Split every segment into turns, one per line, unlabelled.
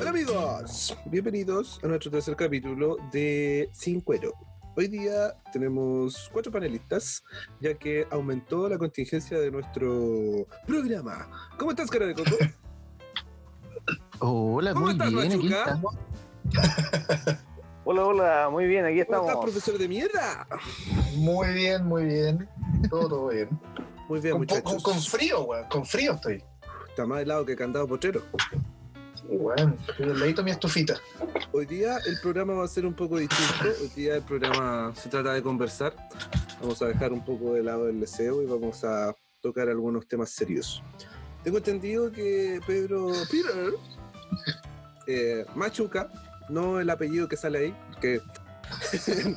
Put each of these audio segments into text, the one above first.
Hola amigos, bienvenidos a nuestro tercer capítulo de Sin Cuero. Hoy día tenemos cuatro panelistas, ya que aumentó la contingencia de nuestro programa. ¿Cómo estás, cara de coco?
Hola,
¿Cómo
muy
estás,
bien, aquí
Machuca?
estamos.
Hola, hola, muy bien,
¿Cómo
aquí
estás,
estamos.
profesor de mierda?
Muy bien, muy bien. Todo, todo bien.
Muy bien,
Con, po- con-
muchachos.
con frío, weón. Con frío estoy.
Está más helado que candado pochero.
Sí, weón. Estoy al ladito de mi estufita.
Hoy día el programa va a ser un poco distinto. Hoy día el programa se trata de conversar. Vamos a dejar un poco de lado el deseo y vamos a tocar algunos temas serios. Tengo entendido que Pedro Peter eh, Machuca, no el apellido que sale ahí, porque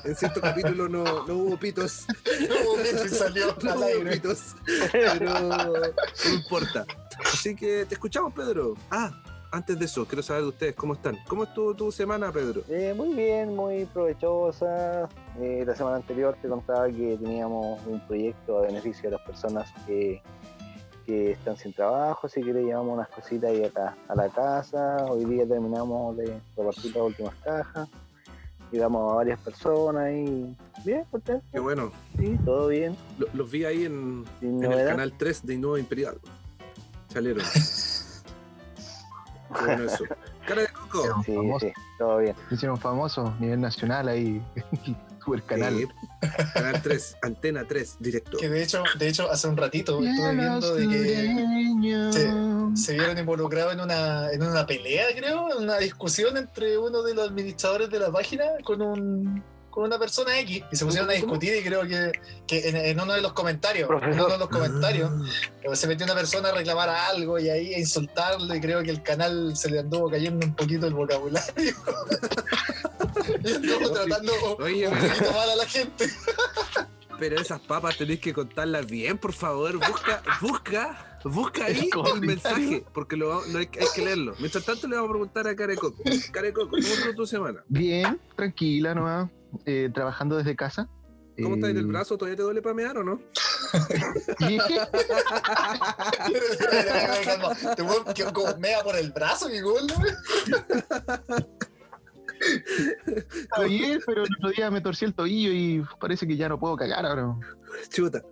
en cierto capítulo no, no hubo pitos.
Y salió
No
al
hubo
aire.
pitos. Pero no importa. Así que te escuchamos, Pedro. Ah. Antes de eso, quiero saber de ustedes cómo están. ¿Cómo estuvo tu semana, Pedro?
Eh, muy bien, muy provechosa. Eh, la semana anterior te contaba que teníamos un proyecto a beneficio de las personas que, que están sin trabajo, así que le llevamos unas cositas ahí acá a la casa. Hoy día terminamos de repartir las últimas cajas. Llegamos a varias personas y bien, contento.
Qué bueno.
Sí, todo bien.
Lo- los vi ahí en,
Sin
en el
novedad.
canal 3 de Nuevo Imperial. Salieron. Qué bueno eso. Cara de coco.
Sí,
Famoso.
sí, todo bien.
Se hicieron famosos a nivel nacional ahí, super canal.
Sí. canal 3, antena 3, directo.
Que de hecho, de hecho, hace un ratito estuve viendo de que se vieron involucrados en una, en una pelea, creo, en una discusión entre uno de los administradores de la página con un con una persona X y se pusieron a discutir y creo que, que en, en uno de los comentarios, en
Profesor.
uno
Ah.
de los comentarios se metió una persona a reclamar algo y ahí a insultarlo y creo que el canal se le anduvo cayendo un poquito el vocabulario. y anduvo tratando un
Oye, pero-
poquito mal a la gente.
pero esas papas tenés que contarlas bien, por favor. Busca, busca, busca ahí el
comentario.
mensaje, porque lo, va- lo hay, que- hay que leerlo. Mientras tanto, le vamos a preguntar a Cara de coco. Cara de coco, ¿cómo estuvo tu semana?
Bien, tranquila nomás, eh, trabajando desde casa.
¿Cómo estás en
Eh,
el brazo? ¿Todavía te duele pamear o no?
sí,
Te voy que como mea por el brazo, mi gol.
está bien, pero el otro día me torcí el tobillo y parece que ya no puedo cagar ahora.
Chuta.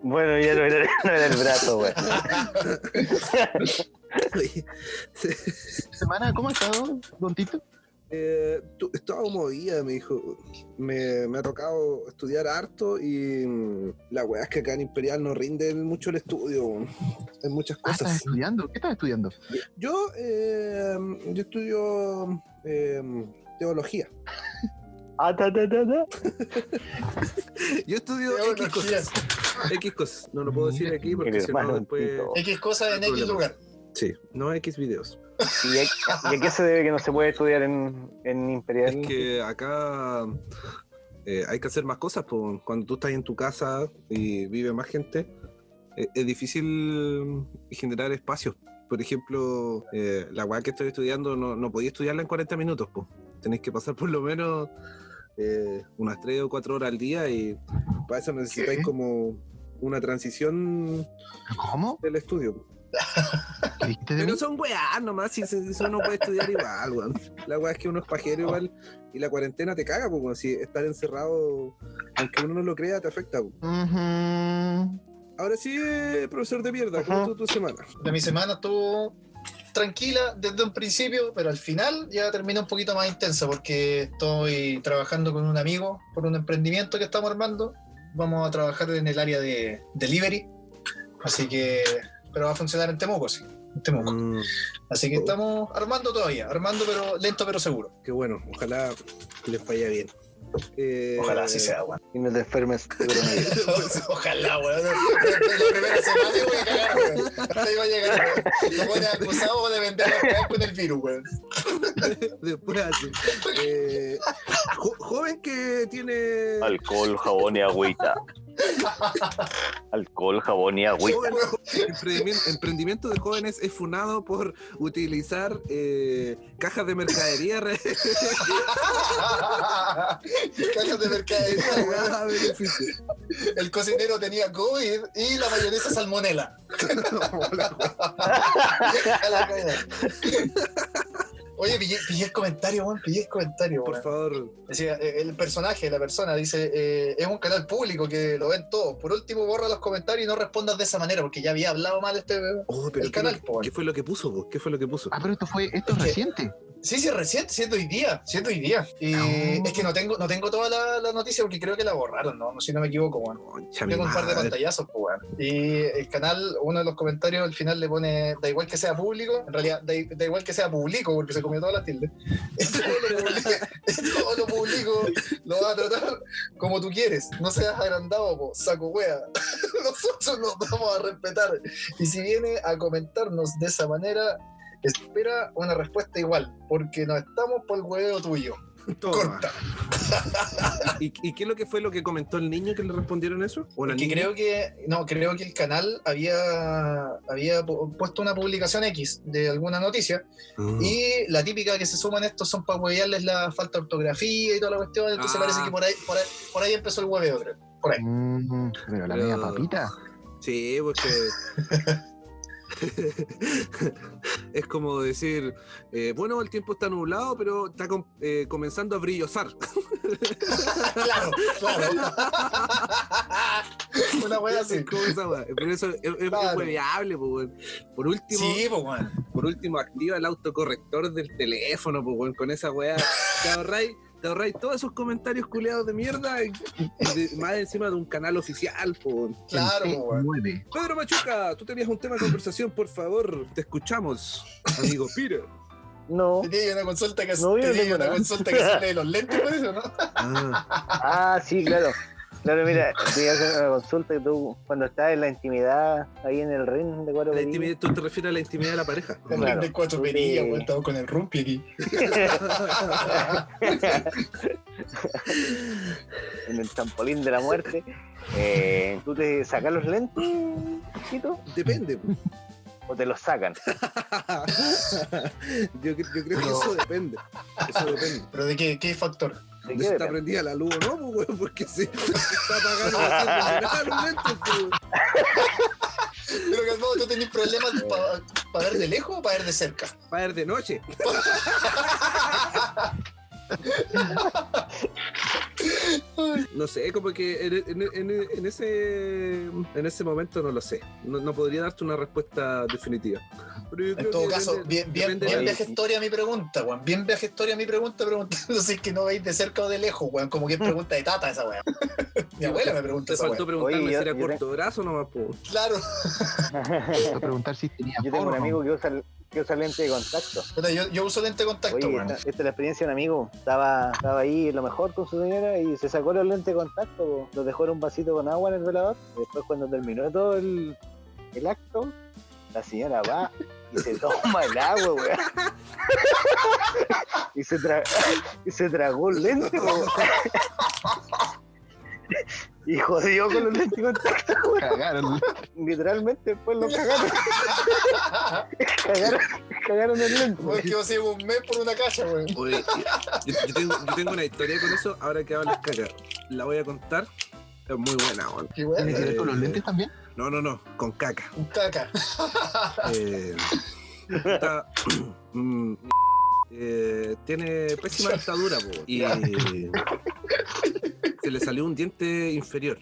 Bueno, ya no era, no era el brazo, güey.
Oye,
Semana, ¿cómo ha estado, don Tito?
Eh, tu- estaba movida, me dijo. Me, me ha tocado estudiar harto y mm, la weá es que acá en Imperial no rinde mucho el estudio weón, en muchas
Ah, ¿Estás
cosas.
estudiando? ¿Qué estás estudiando?
Yo, eh, yo estudio eh, teología.
Ah, ta, ta, ta, ta.
Yo estudio
Teología.
X cosas. X cosas. No lo puedo decir aquí porque
Mira,
si no
hermano,
después.
Tito.
X cosa en
No hay
X
problema.
lugar.
Sí, no X videos.
¿Y a, y a qué se debe que no se puede estudiar en, en Imperial?
Es que acá eh, hay que hacer más cosas. po. Cuando tú estás en tu casa y vive más gente, eh, es difícil generar espacios. Por ejemplo, eh, la weá que estoy estudiando no, no podía estudiarla en 40 minutos. Po. Tenés que pasar por lo menos eh, unas 3 o 4 horas al día y para eso necesitáis
¿Qué?
como una transición
¿Cómo?
del estudio.
¿Qué dijiste de mí?
Pero son weá nomás, si se- si uno puede estudiar igual, weón. La weá es que uno es
Ah.
pajero igual y la cuarentena te caga, pues, weón. Si estar encerrado, aunque uno no lo crea, te afecta, po.
Ujú.
Ahora sí, eh, profesor de mierda, ¿cómo
Ajá.
estuvo tu semana?
De mi semana estuvo tranquila desde un principio, pero al final ya termina un poquito más intensa porque estoy trabajando con un amigo por un emprendimiento que estamos armando. Vamos a trabajar en el área de delivery, así que, pero va a funcionar en Temuco, sí, en Temuco.
Mm,
Así que estamos armando todavía, armando pero lento pero seguro.
qué bueno, ojalá les vaya bien. Eh,
Ojalá así sea, weón.
Y no te enfermes de coronavirus.
Ojalá, weón. Desde la primera semana yo voy a cagar, weón. Hasta ahí va a llegar, weón. Lo ponen acusado de vender la weá con el virus, weón.
Después así. Eh, jo- joven que tiene.
Alcohol, jabón y agüita. Alcohol, jabón y agüita.
Joven- joven- emprendimiento, emprendimiento de jóvenes es funado por utilizar eh, cajas de mercadería re-
Cajas de mercadería, weón.
a beneficio.
El cocinero tenía COVID y la mayonesa salmonela.
No, la-
A la cagada. Oye, pillé, pillé el comentario, weón, pillé el comentario,
Por
weón.
favor,
Decía, eh, el personaje, la persona, dice, eh, es un canal público que lo ven todos. Por último, borra los comentarios y no respondas de esa manera, porque ya había hablado mal este weón.
Oh, pero
El
¿qué,
canal, po.
¿qué fue lo que puso? po? ¿Qué fue lo que puso?
Ah, pero esto fue,
Es
esto es
que-
reciente.
Sí, sí, reciente, siendo hoy día, siendo hoy día. Y
No.
es que no tengo, no tengo toda la, la noticia porque creo que la borraron, ¿no? Si no me equivoco, weón.
Concha, mi
Tengo un par de
madre.
pantallazos, pues, weón. Y el canal, uno de los comentarios al final le pone, da igual que sea público, en realidad, da, i- da igual que sea público, porque se comió todas las tildes. todo, lo publi- todo lo público lo va a tratar como tú quieres. No seas agrandado, po, saco wea. Nosotros nos vamos a respetar. Y si viene a comentarnos de esa manera, espera una respuesta igual, porque no estamos por el hueveo tuyo.
Toma.
Corta.
¿Y, y qué es lo que fue lo que comentó el niño que le respondieron eso? ¿O la
Porque
niña?
creo que, no, creo que el canal había, había pu- puesto una publicación X de alguna noticia
Ah.
y la típica que se suman estos son para huevearles la falta de ortografía y toda la cuestión, entonces
Ah.
parece que por ahí, por ahí, por ahí empezó el hueveo, creo. Por ahí.
Mm, pero la
Pero-
media papita.
Sí, porque. es como decir, eh, bueno, el tiempo está nublado, pero está com- eh, comenzando a brillosar.
Claro, claro. una wea así.
¿Cómo esa wea? Pero eso es, es- es
Ah, Claro.
hueveable, po, weón. Por último,
Sí, pues bueno.
por último, activa el autocorrector del teléfono, pues, weón. Con esa weá, te ahorráis, te ahorráis todos esos comentarios culeados de mierda, y- y de- más encima de un canal oficial, pues, weón.
Claro, pues bueno.
Nueve.
Pedro Machuca, tú tenías un tema de conversación, por favor, te escuchamos, amigo Pira.
No.
Tenía una consulta que,
No, yo no
tenía
tengo
una
nada.
consulta que sale de los lentes, por eso, ¿no?
Ah,
Ah, sí, claro. Claro, mira, te iba a hacer una consulta que tú, cuando estás en la intimidad, ahí en el ring de Cuatro
la
Perillas,
intimidad, tú te refieres a la intimidad de la pareja.
El
Claro.
de cuatro perillas,
Sí.
weón, estamos con el rumpi aquí.
en el trampolín de la muerte, eh, tú te sacas los lentes, Chito,
Depende. po.
o te los sacan.
yo, cre- yo creo que eso depende. Eso depende.
Pero de qué, qué factor?
¿De
De si
qué
está
depende?
prendida la luz o no, pues, weón, porque si está apagando la
Pero calmado, tú tenés problemas para ver de lejos o para ver de cerca.
para ver de noche. No sé, como que en, en- en- en ese, en ese momento no lo sé. No, no podría darte una respuesta definitiva. Pero yo creo
En todo
que
caso,
depende-
bien, bien,
depende
bien
de-
viaje historia mi pregunta, weón. Bien viaje historia mi pregunta preguntando si es que no veis de cerca o de lejos, weón. Como que es pregunta de tata esa weón. Mi abuela me pregunta
Te
esa
faltó
weón.
preguntarme
Oye,
si
yo-
era
yo
corto brazo nomás, po.
Claro.
Voy a preguntar si tenía
Yo tengo un
porno.
amigo que usa, que usa lente de contacto.
Puta, Yo, yo uso lente de contacto,
Oye,
weón.
esta, esta es la experiencia de un amigo. Estaba, estaba ahí lo mejor con su señora y se sacó los lentes de contacto. po. Los dejó en un vasito con agua en el velador. Después, cuando terminó todo el, el acto, la señora va y se toma el agua, weón. y, se tra- y se tragó el lente, po. Y jodió con los lentes de contacto, weón.
Cagaron.
Literalmente después lo cagaron. Cagaron, cagaron el lente.
Weón, que así un mes por una cacha, weón.
Oye, yo, yo tengo, yo tengo una historia con eso, ahora que hablas caca. La voy a contar. Es muy buena, weón.
Qué weón,
¿Tiene que ver con los lentes también?
No, no, no, con caca.
Un caca.
Eh, está- mm, eh, tiene pésima dentadura po, y se le salió un diente inferior.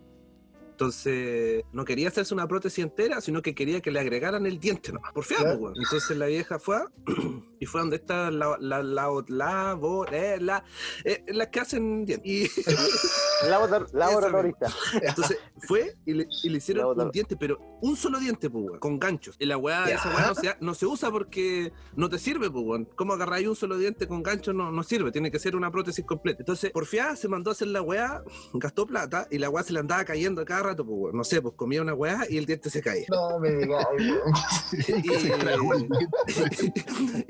Entonces, no quería hacerse una prótesis entera, sino que quería que le agregaran el diente nomás. Por
Ya.
feo, weón. Entonces la vieja fue y fue donde está la la la la, la, eh, la, eh, las que hacen dientes. Y
Labor- Laboratorio.
entonces fue y le, y le hicieron
La otra.
un diente, pero un solo diente, pues, weón, con ganchos. Y la weá,
Ya.
esa weá no se, no se usa porque no te sirve, pues, weón. ¿Cómo agarráis un solo diente con ganchos? No, no sirve, tiene que ser una prótesis completa. Entonces, porfiada se mandó a hacer la weá, gastó plata y la weá se le andaba cayendo a cada rato, pues, weón. No sé, pues comía una weá y el diente se caía.
No me digas, weón.
Y,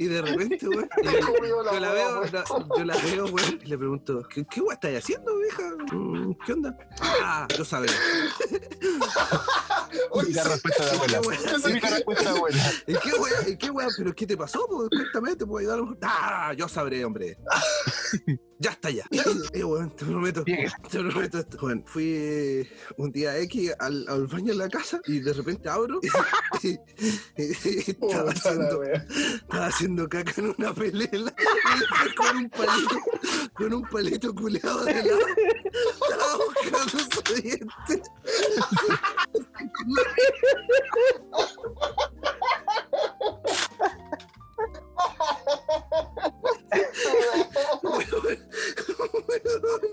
y de repente, weón,
He comido la
yo la
weá,
veo,
weón.
la- yo la veo, weón, y le pregunto, ¿qué, qué weá estáis haciendo, vieja? Mm, ¿Qué onda? Ah, yo sabía.
Oye,
Única respuesta de abuela. Única respuesta de abuela.
¿Y qué weá? ¿Y qué weá? ¿Pero qué te pasó? po? Cuéntame, te puedo ayudar. a lo mejor. Ah, yo sabré, hombre. ya está ya. Eh, weón, te prometo. Te prometo esto. Weón, fui un día X al, al baño de la casa y de repente abro y, y- y estaba,
puta la
haciendo,
wea.
estaba haciendo caca en una pelela y con un palito, con un palito culeado de lado. Estaba buscando su diente.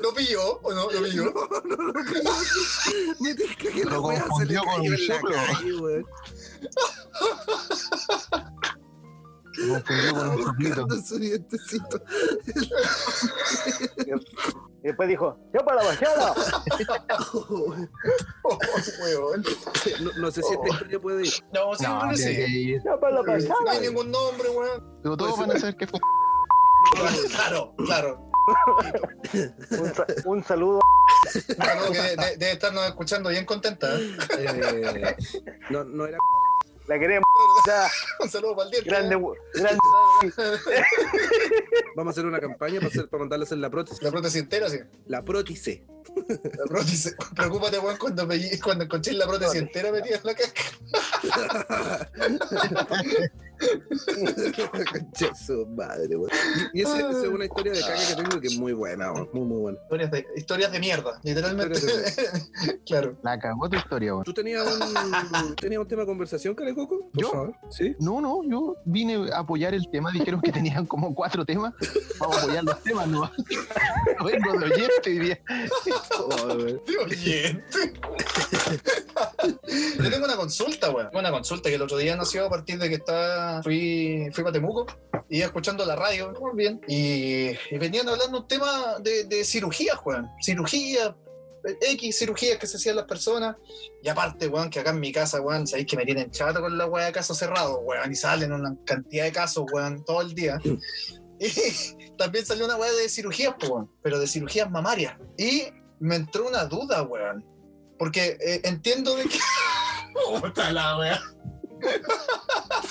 ¿Lo pilló o no? ¿Lo
No,
pilló?
no, no, no. Me dije que la
Lo
weá se le
confundió con
cayó
un
en la
choclo.
calle, weón.
Se confundió pues, con un soplito.
Buscando su dientecito.
Y después dijo, ¡Ya para la bajada!
Oh, weón.
Oh, weón.
no, no sé si esta historia puede ir.
No, sí,
No,
no,
tiene que
sí.
ir.
¡Ya para la
No hay
bajada!
ningún nombre, weón.
Pero todos van a saber que fue.
Claro, claro.
Un, sa- un saludo.
Claro que de- de- debe estarnos escuchando bien contenta. ¿eh?
Eh, no, no era.
La queremos. Ya,
Un saludo para el diente.
grande,
weón.
grande.
Vamos a hacer una campaña para, hacer, para mandarle a hacer la prótesis.
La prótesis entera, sí.
La prótesis.
La prótesis. Preocúpate, weón, cuando, me- cuando encontré la prótesis entera metida en la caca.
Concha su madre, weón. Y, y ese- esa es una historia de caca que tengo que es muy buena, weón. Muy, muy buena.
Historias de, historias de mierda, literalmente.
Historias
claro.
La cagó tu historia, weón.
¿Tú tenías un, tenías un tema de conversación, Carecoco? Por
¿Yo?
favor. ¿Sí?
No, no, yo vine a apoyar el tema. Dijeron que tenían como cuatro temas. Vamos a apoyar los temas, no. Vengo de oyente hoy día.
Oh, weón.
De oyente. Yo tengo una consulta, weón. Tengo Una consulta que el otro día nació a partir de que estaba. Fui, fui para Temuco, iba escuchando la radio, muy bien. Y, y venían hablando un tema de, de cirugías, weón. Cirugía. X cirugías que se hacían las personas. Y aparte, weón, que acá en mi casa, weón, sabéis que me tienen chato con la weá de casos cerrados, weón. Y salen una cantidad de casos, weón, todo el día. Y también salió una weá de cirugías, po, weón. Pero de cirugías mamarias. Y me entró una duda, weón. Porque eh, entiendo de que. Puta la weá.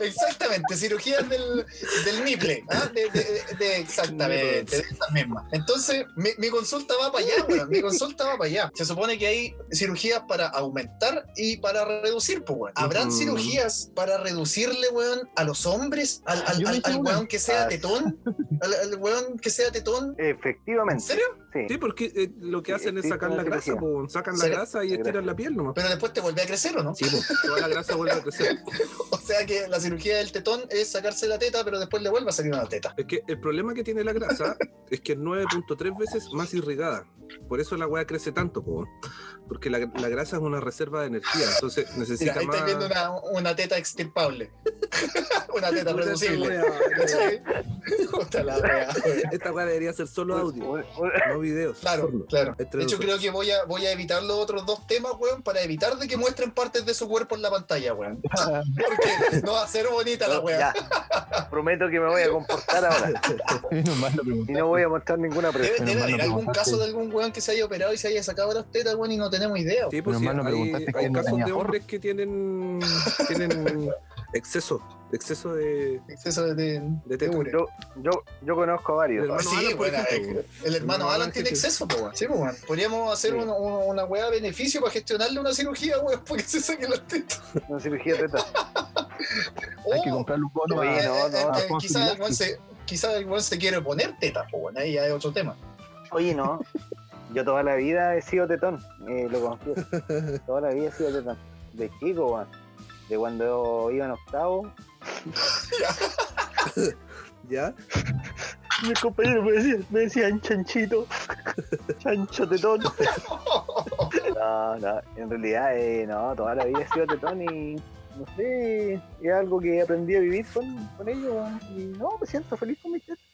Exactamente, cirugías del, del nipple. ¿ah? De, de- de- exactamente, de esas mismas. Entonces, mi, mi consulta va para allá, weón. Mi consulta va para allá. Se supone que hay cirugías para aumentar y para reducir, pues, weón. ¿Habrán
Mm.
Ujú.
cirugías para reducirle, weón, a los hombres? ¿Al, al,
Yo me
al-
hice
al
una.
weón que sea
Ah.
tetón? ¿Al, al weón que sea tetón? ¿En
Efectivamente.
serio?
Sí.
Sí, porque eh, lo que
Sí,
hacen es
sí,
sacar la
una
grasa,
cirugía.
po, weón. sacan la
Sí,
grasa y
la
estiran
grasa.
la piel nomás.
Pero después te vuelve a crecer, ¿o no?
Sí, po. toda la grasa vuelve a crecer.
O sea que la cirugía del tetón es sacarse la teta, pero después le vuelve a salir una teta.
Es que el problema que tiene la grasa es que es 9.3 veces más irrigada. Por eso la weá crece tanto, po, porque la, la grasa es una reserva de energía. Entonces
Mira,
necesita
ahí estáis
más.
viendo una, una teta extirpable. una
Puta, esta
teta reducible.
weá.
¿Cachai? Puta la wea, wea.
Esta weá debería ser solo audio,
Un- un-
no videos.
Claro,
Porno.
claro.
Entre
De hecho,
nosotros.
creo que voy a, voy a evitar los otros dos temas, weón, para evitar de que muestren partes de su cuerpo en la pantalla, weón. Porque no va a ser bonita la
No,
weá.
ya. Prometo que me voy a comportar ahora.
Menos mal lo pregunté.
Y no voy a mostrar ninguna
Debe,
presión.
Menos
debe
mal no
haber algún
preguntaste.
caso de algún weón que se haya operado y se haya sacado las tetas, weón, y no tenemos idea.
Sí, pues
Menos
sí,
mal no
hay,
preguntaste
hay
cómo
casos
tenía
de
forma.
hombres que tienen, tienen exceso, exceso de,
Exceso de- de,
de teta.
ubre.
Yo, yo, yo conozco
El
varios.
hermano
Sí,
Alan, por
bueno,
ejemplo,
eh, El hermano Alan tiene
que-
exceso, po, weón. Sí, po, weón. Podríamos hacer
Sí.
una, una, una weá de beneficio para gestionarle una cirugía, weón, para que se saquen las tetas.
Una cirugía de teta.
O,
Hay
Oh,
que comprarle un bono
Oye,
a-
eh,
no,
eh,
no,
eh,
Alfonso
quizás el
Velázquez.
weón se. Quizás el weón se quiere poner tetas, po, weón. ahí ya es otro tema.
Oye, no. Yo toda la vida he sido tetón, eh, lo confieso. Toda la vida he sido tetón. De chico, weón. De cuando iba en octavo.
¿Ya?
Mis compañeros me decían, me decían chanchito. Chancho tetón. No, no. En realidad, eh, no. Toda la vida he sido tetón y. No sé. Es algo que aprendí a vivir con, con ello, weón. Y no, me siento feliz con mis tetas.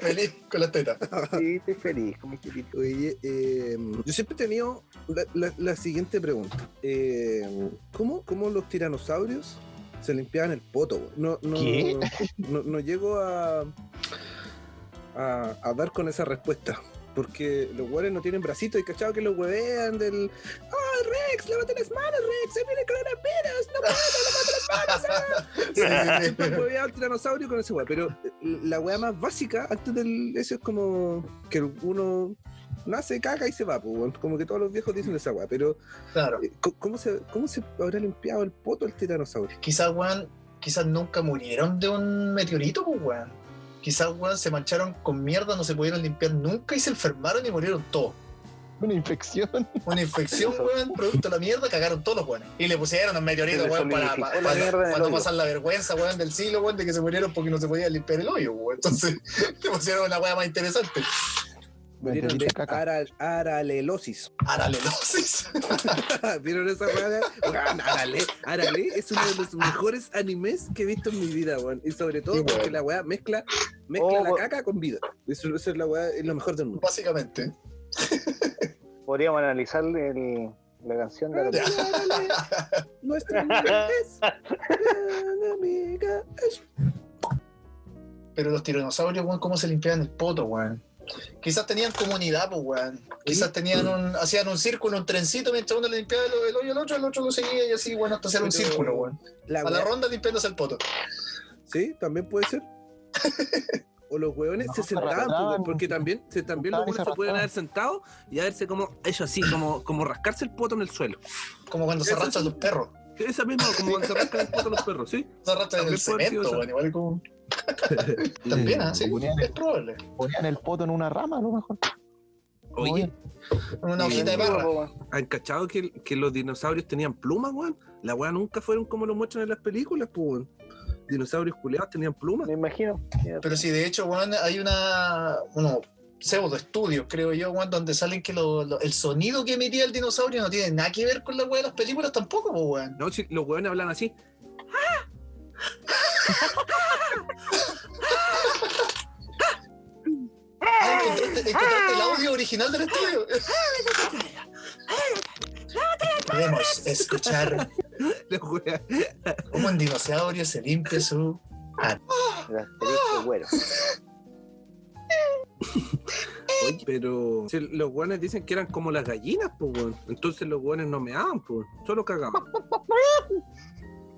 Feliz con las tetas.
Sí, estoy feliz con mis tetitas.
Oye, eh, yo siempre he tenido la, la- la siguiente pregunta. Eh, ¿cómo, cómo los tiranosaurios se limpiaban el poto? güey? No, no,
¿Qué?
No, no llego a, a, a dar con esa respuesta. Porque los hueones no tienen bracitos y cachado que los huevean del... ¡Ah, Rex! ¡Lávate las manos, Rex! ¡Se viene el coronavirus! ¡No Siempre huevea al tiranosaurio con ese weá. Pero eh, la weá más básica antes del. Eso es como que uno nace, caga y se va, pues, weón. Como que todos los viejos dicen esa weá. Pero,
claro.
eh, co- ¿cómo se, ¿cómo se habrá limpiado el poto el tiranosaurio?
Quizás, weón, quizás nunca murieron de un meteorito, pues, weón. Quizás, weón, se mancharon con mierda, no se pudieron limpiar nunca y se enfermaron y murieron todos.
Una infección.
Una infección, weón, producto de la mierda, cagaron todos los weones. Y le pusieron un meteorito,
Se les
weón, para,
solidificó la
para,
mierda en el
para no
hoyo.
pasar la vergüenza, weón, del siglo, weón, de que se murieron porque no se podía limpiar el hoyo, weón. Entonces, le pusieron una weá más interesante.
Murieron de
Mucha caca.
aral- aralelosis.
Aralelosis.
¿Vieron esa weá? Weón, Arale, Arale es uno de los mejores animes que he visto en mi vida, weón. Y sobre todo
Sí, weón.
porque la weá mezcla, mezcla
Oh,
la
weón.
caca con vida. Eso, eso es la weá, es lo mejor del mundo.
Básicamente.
Podríamos analizar el- la canción de la
Nuestra amiga es gran amiga.
Pero los tiranosaurios, weón, cómo se limpiaban el poto, weón. Quizás tenían comunidad, pues, weón. Quizás tenían un, hacían un círculo, un trencito, mientras uno le limpiaba el, el hoyo al otro, el otro lo seguía y así, bueno, hasta hacer un
Pero-
círculo, weón.
La
A la
wea-
ronda limpiándose el poto.
sí, también puede ser. O los hueones
No,
se
se
sentaban, pues,
arrastraban.
weón, porque también, se, también los
Juntaban y se
hueones se pueden
arrastraban.
haber sentado y haberse como hecho así, como, como rascarse el poto en el suelo.
Como cuando se
Eso
arrastran los perros.
Esa misma, como cuando se rascan el poto los perros, ¿sí?
Se arrastran en el
También puede haber sido
cemento,
eso.
weón. Igual como. También, ¿ah? sí,
Ponían,
es probable.
ponían el poto en una rama, a lo mejor.
Oye,
Una hojita de barra.
canción.
¿han cachado que, que los dinosaurios tenían plumas, weón? La weá nunca fueron como lo muestran en las películas, pues, weón. Dinosaurios culeados tenían plumas.
Me imagino.
Pero sí, de hecho, weón, hay una. Uno, pseudo estudios, creo yo, weón, donde salen que lo- lo- el sonido que emitía el dinosaurio no tiene nada que ver con la weá de las películas tampoco, pues, weón.
No, si los hueones hablan así.
Ah, encontraste, encontraste el audio original del estudio. Podemos escuchar
Los hueones-
cómo un dinosaurio se limpia su.
El
¡Ah!
asterisco, güero.
Oye, pero si los hueones dicen que eran como las gallinas, pues, weón. Entonces los hueones no meaban, pues, solo cagaban.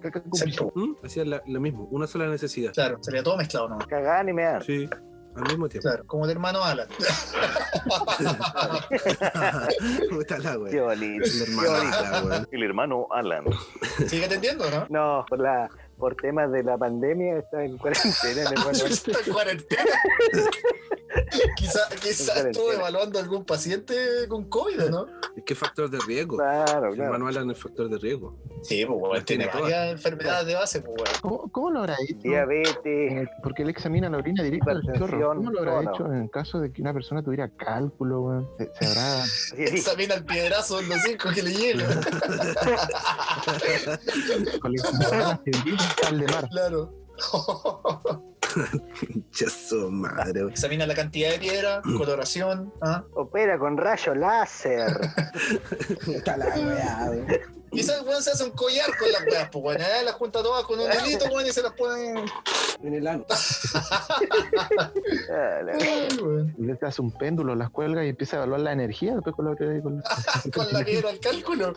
Caca con
Sí,
piso.
¿Mm? Hacían la- lo mismo, una sola necesidad.
Claro, sería todo mezclado, ¿no?
Cagaban y meaban.
Sí, al mismo tiempo.
Claro, como el hermano Alan.
Puta la wea.
Qué bonito.
La hermanita, weón.
El hermano Alan.
Sigue atendiendo, ¿no?
No, por, la, por temas de la pandemia está en cuarentena. en el bueno.
Está Pues en cuarentena. Quizás quizá
En
estuvo
cuarentena.
evaluando a algún paciente con COVID, ¿no?
Es que factor de riesgo.
Claro,
El
claro.
Manuel es factor de riesgo.
Sí, pues, weón, tiene
Tiene
varias enfermedades de base, pues, weón.
¿Cómo, cómo lo habrá hecho?
Diabetes.
Eh, Porque él examina la orina directa del chorro.
Hipertensión,
¿Cómo lo habrá
todo.
hecho en caso de que una persona tuviera cálculo, weón? ¿Se, se habrá
Examina el piedrazo en los cinco que le llega.
coleccionado las piedritas al de mar?
Claro.
Ya su madre, weón.
Examina la cantidad de piedra, coloración, ¿ah?
Opera con rayo láser.
Puta la wea, weón.
Quizás el weón se hace un collar con las weas, pues weón, ¿eh? las junta todas con un hilito, weón, y se las pone.
En el ano.
Ah, la-
Ay, weón.
Y te hace un péndulo, las cuelga y empieza a evaluar la energía después con la otra. Con la-
Con la piedra al cálculo.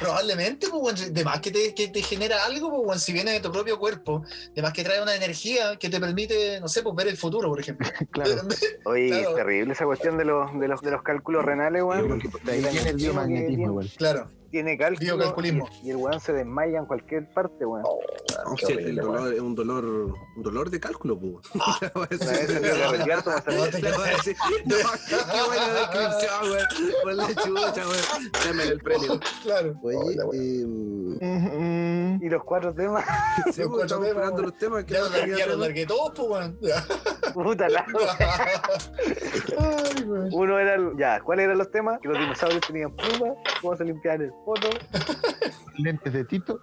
Probablemente, pues, weón, de más que te, que te genera algo, pues, weón, si viene de tu propio cuerpo, de más que trae una energía que te permite, no sé, pues ver el futuro, por ejemplo.
Claro,
Oye,
Claro.
terrible esa cuestión de los, de los, de los cálculos renales,
Yo
weón.
creo que
de ahí
Mira,
viene
yo creo que
el biomagnetismo,
bien.
igual.
claro.
Tiene cálculo.
Biocalculismo. Oh.
Y, y el weón se desmaya en cualquier parte, weón.
no,
qué
si el
horrible,
dolor es un dolor, un dolor de cálculo, pues. La wea es-
Una vez salió a carretear, toma esta-
Ah. No te
Le voy a decir, no, qué buena descripción, güey. Por la chucha, güey. Dame el premio.
Claro. Oh,
Oye,
Hola, weón.
eh,
Mm, mm.
Y los cuatro temas.
sí, güey, estamos esperando los temas que
Ya
no
lo largué, ya lo
tenía.
largué todos, pues, weón. Ya.
Puta la.
Ay, weón.
Uno era. el- Ya, ¿cuáles eran los temas? Que los dinosaurios tenían plumas. Cómo se limpiaban el poto.
Lentes de Tito.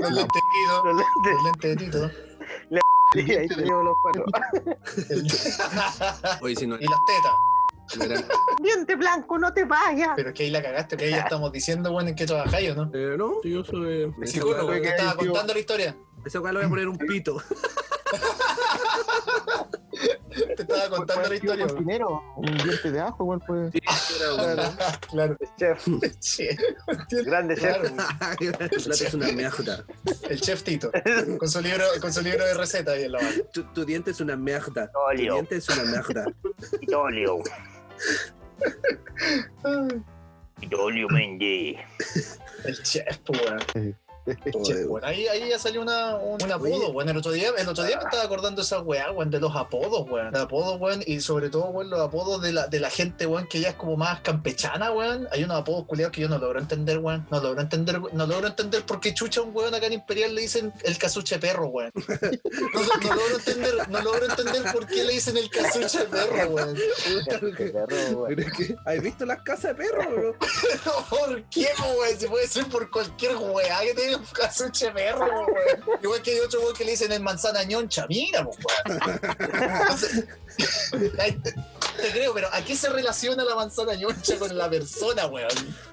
Los lentecitos,
Los
los
lentes.
lentecitos.
Y ahí teníamos los cuatro.
El-
Oye, si no,
Y las tetas.
no era-
Este
Diente blanco, no te vayas.
Pero es que ahí la cagaste, porque ahí ya estamos diciendo, bueno, en qué trabajáis, ¿o no?
eh, no, si yo soy. Esa
Psicólogo,
weá-
que
que
estaba
hay, tío.
contando la historia.
esa weá le voy a poner un pito.
Te estaba contando la
Fue- fue
historia.
el
weón.
primero, un diente de ajo, igual pues.
Era
claro.
El chef,
Sí,
grande chef.
claro.
un- El plato es una mierda.
El chef Tito. Con su libro, con su libro de recetas ahí en la mano.
Tu, tu diente es una mierda. Tu
Tolio,
diente es una mierda.
Tolio, Tolio Mendy.
El chef, pues, weón. El
Joder,
chef, weón. Ahí, ahí ya salió una, un, un apodo,
Oye.
weón. El otro día, el otro día me estaba acordando de esa weá, weón, de los apodos, weón. Los apodos, weón, y sobre todo, weón, los apodos de la, de la gente, weón, que ya es como más campechana, weón. Hay unos apodos culiados que yo no logro entender, weón. No logro entender, weón. No logro entender por qué chucha a un weón acá en Imperial le dicen el casuche perro, weón. No, no logro entender, no logro entender por qué le dicen el casuche perro, weón.
Qué perro, güey.
Pero es que, ¿Has visto las casas de perro, bro?
¿Por qué, güey? Si puede ser por cualquier weá que tenga un casuche perro, güey. Igual que hay otro güey que le dicen el manzana ñoncha. Mira, pues, güey. Ay, te, te creo, pero ¿a qué se relaciona la manzana ñoncha con la persona, güey?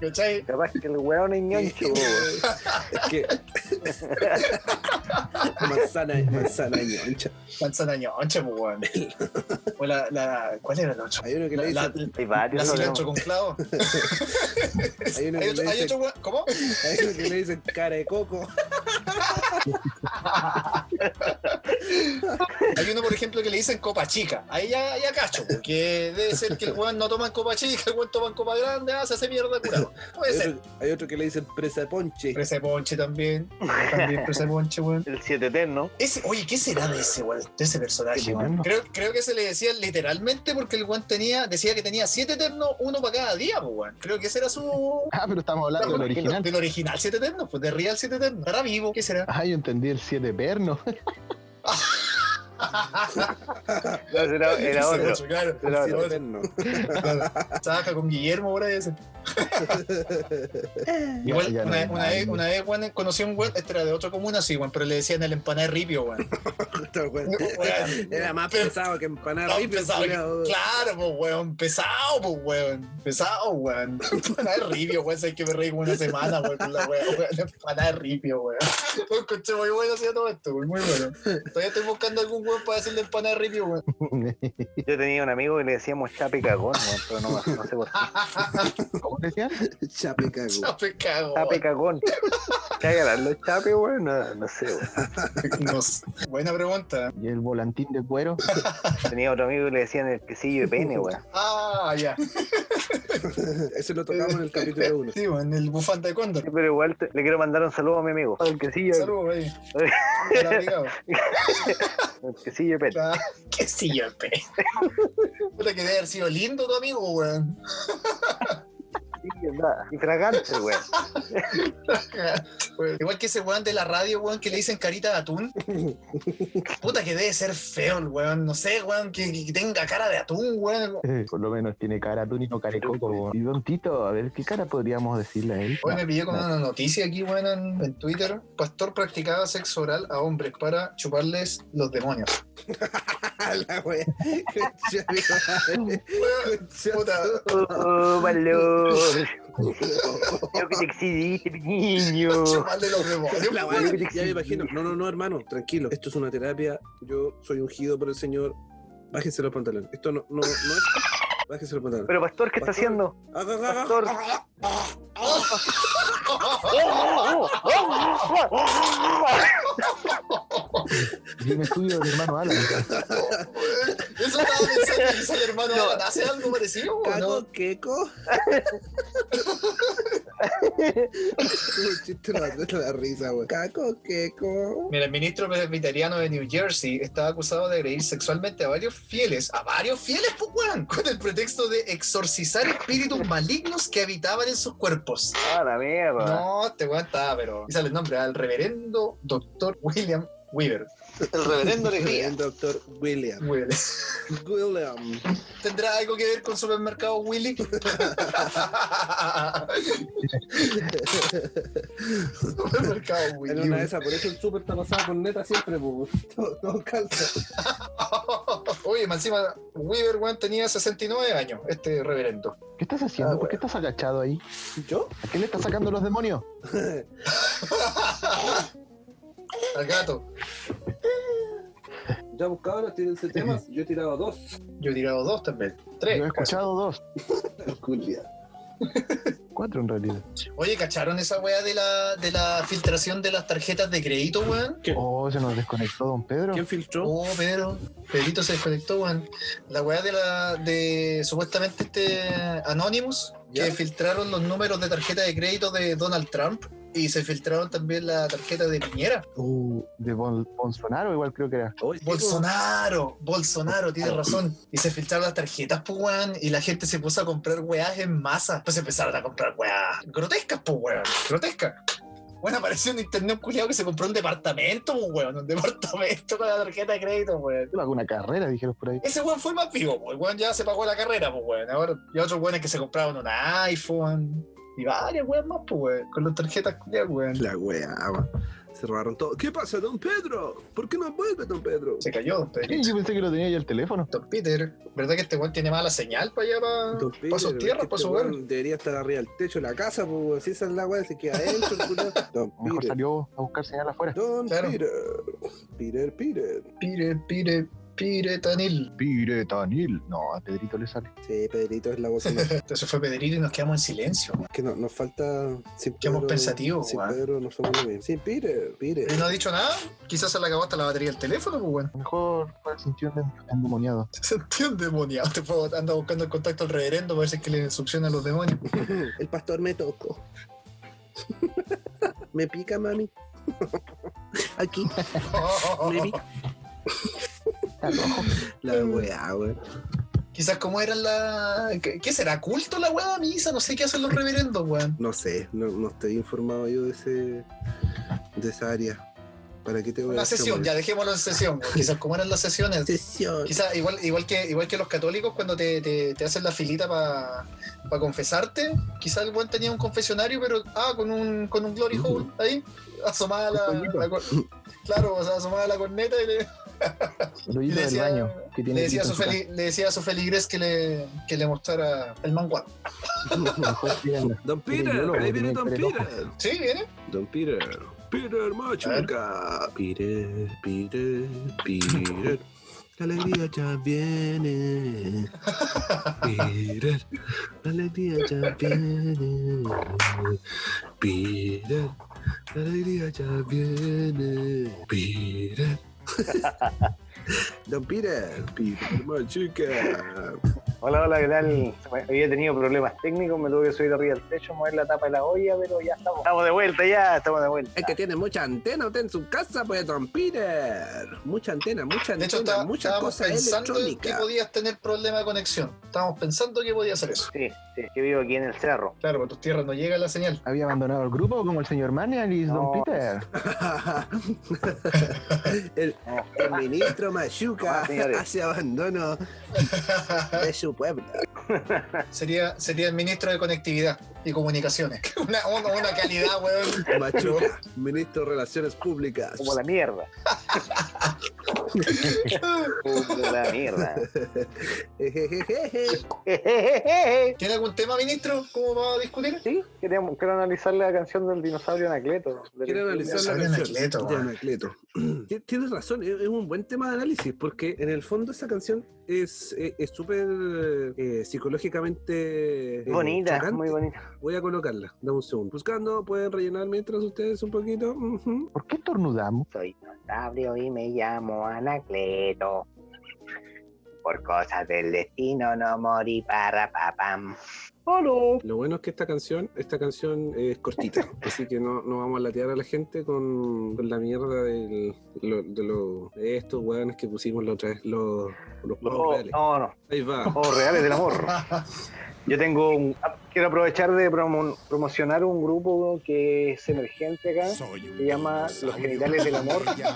¿Cachai?
Capaz que el weón es ñoncho, güey.
Es que. manzana, manzana ñoncha.
Manzana ñoncha, pues, güey. O la, la- ¿Cuál era el otro?
Hay uno que
La,
le dice.
la,
Hay
la
varios.
cilantro con clavo.
Hay uno
Hay
que le
otro, hay
dice.
otro güey- ¿Cómo?
Hay uno que le dicen cara de coco.
Hay uno, por ejemplo, que le dicen copa chica. Ahí ya, ya cacho, porque debe ser que el weón no toma copa chica, el weón toma copa grande, ah, se hace mierda curado. Puede
Hay
ser.
otro, hay otro que le dicen presa de ponche.
Presa de ponche también. También presa de ponche, weón.
El 7 eterno.
Ese, oye, ¿qué será de ese weón? De ese personaje, weón.
Tremendo.
Creo, creo que se le decía literalmente porque el weón tenía, decía que tenía siete eternos, uno para cada día, pues, weón. Creo que ese era su.
Ah, pero estamos hablando del original.
Del original siete eternos, pues de Real siete eternos. Ahora vivo, ¿qué será?
Ah, yo entendí el 7 perno.
No, era, era otro.
Claro,
Era
Sí,
otro.
claro.
eterno.
Trabaja con Guillermo ahora ese.
Ya,
Igual,
ya no
una,
hay
una
nadie.
vez, una vez, weón, conocí a un weón, este era de otra comuna, sí, weón, pero le decían el empanada de ripio, weón.
Puta, weón.
Weón,
Era más
Pero-
pesado que empanar
no,
ripio,
pesado,
culiao.
claro, pues, weón, pesado, pues, weón, pesado, weón. Empanada de ripio, weón, sé que me reí como una semana, weón, con la weón, weón, empanada de ripio, weón. Lo encontré muy bueno haciendo esto, weón, muy bueno. Todavía estoy buscando algún weón para decirle empanada de ripio, weón.
Yo tenía un amigo que le decíamos Chape Cagón, weón, pero no, no sé por qué.
¿Cómo decía?
Chape cago.
Chape cago,
Chape
weón.
Cagón. ¿Qué agarran los chapes, weón? No, no sé, weón.
No sé. Buena pregunta.
Y el volantín de cuero.
Tenía otro amigo que le decían el quesillo de pene, weón.
Ah, ya.
Ese lo tocamos en el capítulo 1.
Sí, weón, el bufanda de cóndor.
Sí, pero igual te- le quiero mandar un saludo a mi amigo. El quesillo,
Saludos, güey. Era obligado.
el quesillo de pene.
Ah, Qué sillo, pe. Puta que debe haber sido lindo tu amigo, weón.
Sí, verdad. Y fragante, weón.
Igual que ese weón de la radio, weón, que le dicen carita de atún. Puta que debe ser feo el weón. No sé, weón, que, que tenga cara de atún, weón.
Por lo menos tiene cara tú y no carecoco. weón. Y Don Tito, a ver, ¿qué cara podríamos decirle a él?
Hoy me pillé con una noticia aquí, weón, en, en Twitter. Pastor practicaba sexo oral a hombres para chuparles los demonios.
la wea. Concha mi madre.
Weón,
Concha
Puta.
tu-
Oh, valor. Creo que te exhibiste, mi niño.
chuparle los demonios.
La wea, ya me imagino. No, no, no, hermano, tranquilo. Esto es una terapia. Yo soy ungido por el Señor. Bájese los pantalones. Esto no, no, no es. Bájese los pantalones.
Pero, pastor, ¿qué está
Pastor.
haciendo?
Aga, aga, aga.
Pastor. Oh,
Dime tuyo, mi hermano Alan.
Eso estaba pensando, dice el hermano Alan, ¿hace algo parecido o no?
Cago, queco. Un chiste me mata la risa, wea. Caco, queco.
Mira, el ministro presbiteriano de New Jersey estaba acusado de agredir sexualmente a varios fieles, a varios fieles, pues, weón, con el pretexto de exorcizar espíritus malignos que habitaban en sus cuerpos.
Ah, la mierda.
No, este weón estaba, pero. Y sale el nombre al reverendo doctor William Weaver. El reverendo
El doctor William.
Weaver.
William.
¿Tendrá algo que ver con supermercado Willy? supermercado
En
Willy.
una de esas, por eso el súper está pasado con neta siempre, pues. Todo, todo calza.
Oye, más encima, Weaver weón, tenía 69 años, este reverendo.
¿Qué estás haciendo?
Ah,
¿Por qué estás agachado ahí?
¿Yo?
¿A qué le estás sacando los demonios?
Al gato.
Ya buscaba, tiré ese tema, yo he tirado dos.
Yo he tirado dos también.
Yo
Tres.
he
casi.
escuchado dos.
Julia.
Cuatro en realidad.
Oye, ¿cacharon esa weá de la, de la filtración de las tarjetas de crédito, weón?
Oh, se nos desconectó don Pedro.
¿Quién filtró?
Oh, Pedro. Pedrito se desconectó, weón. La weá de la. de supuestamente este Anonymous, que
Ya.
filtraron los números de tarjeta de crédito de Donald Trump y se filtraron también la tarjeta de Piñera.
Uh, de Bol- Bolsonaro igual creo que era.
Oye,
Bolsonaro, Bolsonaro, tiene razón. Y se filtraron las tarjetas, pues, weón, y la gente se puso a comprar weás en masa. Pues empezaron a comprar weás grotescas, pues, weón, grotescas. Bueno, apareció en internet un culiado que se compró un departamento, pues, weón, un departamento con la tarjeta de crédito, weón.
Yo Oh, hago una carrera, dijeron por ahí.
Ese weón fue el más vivo, pues, el weón ya se pagó la carrera, pues, weón. Ahora, y otros weones que se compraban un iPhone y varias weas más, pues, weón, con las tarjetas culiadas, weón.
La wea, weón. Se robaron todo. ¿Qué pasa, don Pedro? ¿Por qué no vuelve, don Pedro?
Se cayó, don
Sí,
Pedrito.
yo pensé que lo tenía ya el teléfono.
Don Peter, ¿verdad que este weón tiene mala señal para allá, para...?
Don Pedro,
sus tierras,
este
pa' su
weón Debería estar arriba del techo de la casa, pues, weón. si esa es la wea, se queda adentro. el culiao. don
Mejor
Peter.
salió a buscar señal afuera.
Don
Claro.
Peter. Peter, Peter.
Pire, pire, pire, tanil.
Piretanil. No, a Pedrito le sale.
Sí, Pedrito es la voz. en off.
Entonces fue Pedrito y nos quedamos en silencio. man.
que no- nos falta. Sin
Quedamos pensativos,
Sin
weón.
Pedro no somos lo mismo. Sin Peter, Peter.
Y no ha dicho nada. Quizás se le acabó hasta la batería del teléfono, pues bueno.
Mejor fue sintió endemoniado.
Se sentía un demoniado. Te fue- anda buscando el contacto al reverendo para ver si es que le succiona a los demonios.
El pastor me tocó. me pica, mami. Aquí, me pica. La weá, weón.
Quizás como eran la. ¿Qué qué será? ¿Culto la weá misa? No sé qué hacen los reverendos, weón.
No sé, no, no estoy informado yo de ese de esa área. ¿Para qué te voy a
Una
hacer,
sesión,
weón?
ya dejémoslo en sesión, weón. Quizás como eran las sesiones.
Sesión.
Quizás igual, igual, que, igual que los católicos cuando te, te- te hacen la filita para confesarte, quizás el buen tenía un confesionario, pero ah, con un, con un glory hole
Uh.
ahí, asomada la, la cor- claro, o sea, asomada la corneta y le,
Lo hizo
Le
del
decía-
baño. Que tiene
le decía, a
Tito
su
en su casa.
feli- le decía a su feligres que le, que le mostrara el manguá.
Mejor tiran la-
Don
Tiene
Peter,
biólogo,
ahí viene
tiene
Don
tres ojos.
Peter.
¿Sí? ¿Viene?
Don Peter. Peter Machuca. Peter, Peter, Peter. La alegría ya viene. Peter. La alegría ya viene. Peter. La alegría ya viene. Peter. Don Peter. Peter Machuca.
Hola, hola, ¿qué tal? Se me- Había tenido problemas técnicos, me tuve que subir arriba del techo, mover la tapa de la olla, pero ya estamos. Estamos de vuelta, ya, estamos de vuelta.
Es que tiene mucha antena usted en su casa, pues, Don Peter. Mucha antena, mucha
De
antena,
hecho, está-
mucha
estábamos
cosa
pensando que
electrónica.
podías tener problema de conexión. Estábamos pensando que podía hacer eso.
Sí, sí, que vivo aquí en el cerro.
Claro, por tus tierras no llega la señal.
¿Había abandonado el grupo como el señor Manialis,
No.
don Peter?
el,
No,
el ministro Mayuca
Ah, señores.
hace abandono de su pueblo.
Sería, sería el ministro de Conectividad y Comunicaciones. Una, una, una calidad, weón.
Machuca, ministro de Relaciones Públicas.
como la mierda. como la mierda.
Ejejejeje.
¿Tiene algún tema, ministro? ¿Cómo va a discutir?
sí, queríamos, quiero analizar la canción del dinosaurio Anacleto.
Quiero analizar la
Dinosaurio
canción
Anacleto,
de
weón.
Anacleto. Ti- Tienes razón, e-, es es un buen tema de análisis, porque en el fondo esa canción es eh, es súper eh, psicológicamente eh,
Bonita,
chocante.
muy bonita.
Voy a colocarla, dame un segundo. Buscando, pueden rellenar mientras ustedes un poquito. Ujú.
¿Por qué tornudamos?
Soy Sabrio y me llamo Anacleto. Por cosas del destino no morí para papam.
Oh,
Lo bueno es que esta canción, esta canción es cortita, así que no, no vamos a latear a la gente con, con la mierda del- lo- de, lo- de estos hueones que pusimos la otra vez, los, los
Los
juegos
ojos-
reales.
Oh, no, no,
Ahí va.
ojos reales del amor. Yo tengo un- ah, quiero aprovechar de promo- promocionar un grupo que es emergente acá.
Se llama Los Genitales del Amor.
Que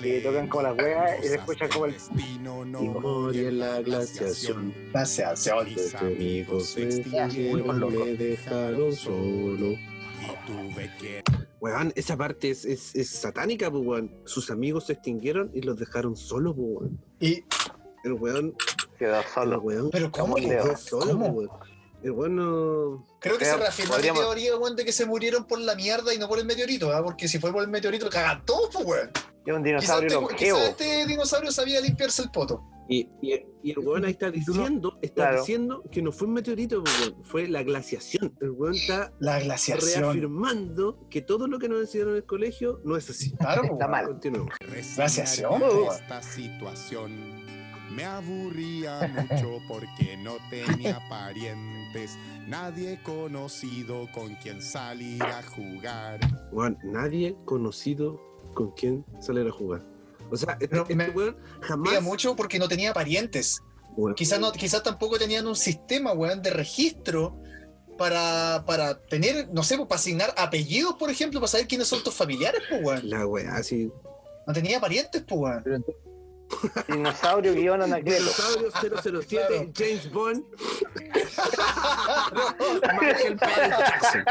Que tocan como las weas y se escucha como el.
Y
Oh,
morir en la glaciación.
Gracias,
Mis amigos se extinguieron, me dejaron solo. Weón, esa parte es, es, es satánica, pues, weón. Sus amigos se extinguieron y los dejaron solos, pues, weón.
Y,
El weón,
Quedó
el
solo.
weón,
pero ¿cómo?
¿Cómo
se
Leo?
quedó solo,
¿Cómo?
pues, weón. El weón no.
Creo que se
Podríamos-
reafirmó la
podríamos-
teoría, weón, de que se murieron por la mierda y no por el meteorito, ¿ah? porque si fue por el meteorito, cagan todos, pues, weón.
Es un
Quizás
dinosaurio
este, quizás
longevo.
este dinosaurio sabía limpiarse el poto.
Y, y- y el weón ahí está diciendo, está
Claro.
diciendo que no fue un meteorito, pues, weón, fue la glaciación. El weón está
La glaciación.
reafirmando que todo lo que nos enseñaron en el colegio no es así.
Claro, po,
Está
weón.
mal.
Continuemos.
Glaciación,
Reseñaré
po.
Esta situación me aburría mucho porque no tenía parientes, nadie conocido con quien salir a jugar.
Weón, nadie conocido con quien salir a jugar. O sea, este,
Pero
este
me-
weón jamás.
Mira, mucho porque no tenía parientes.
Weón,
Quizás no, quizás tampoco tenían un sistema, weón, de registro para, para tener, no sé, pues, para asignar apellidos, por ejemplo, para saber quiénes son tus familiares, pues, weón.
La weá, así.
No tenía parientes, pues, weón.
este-
Dinosaurio guión anacleto.
Dinosaurio 007,
Claro.
James Bond. Michael Pérez Jackson.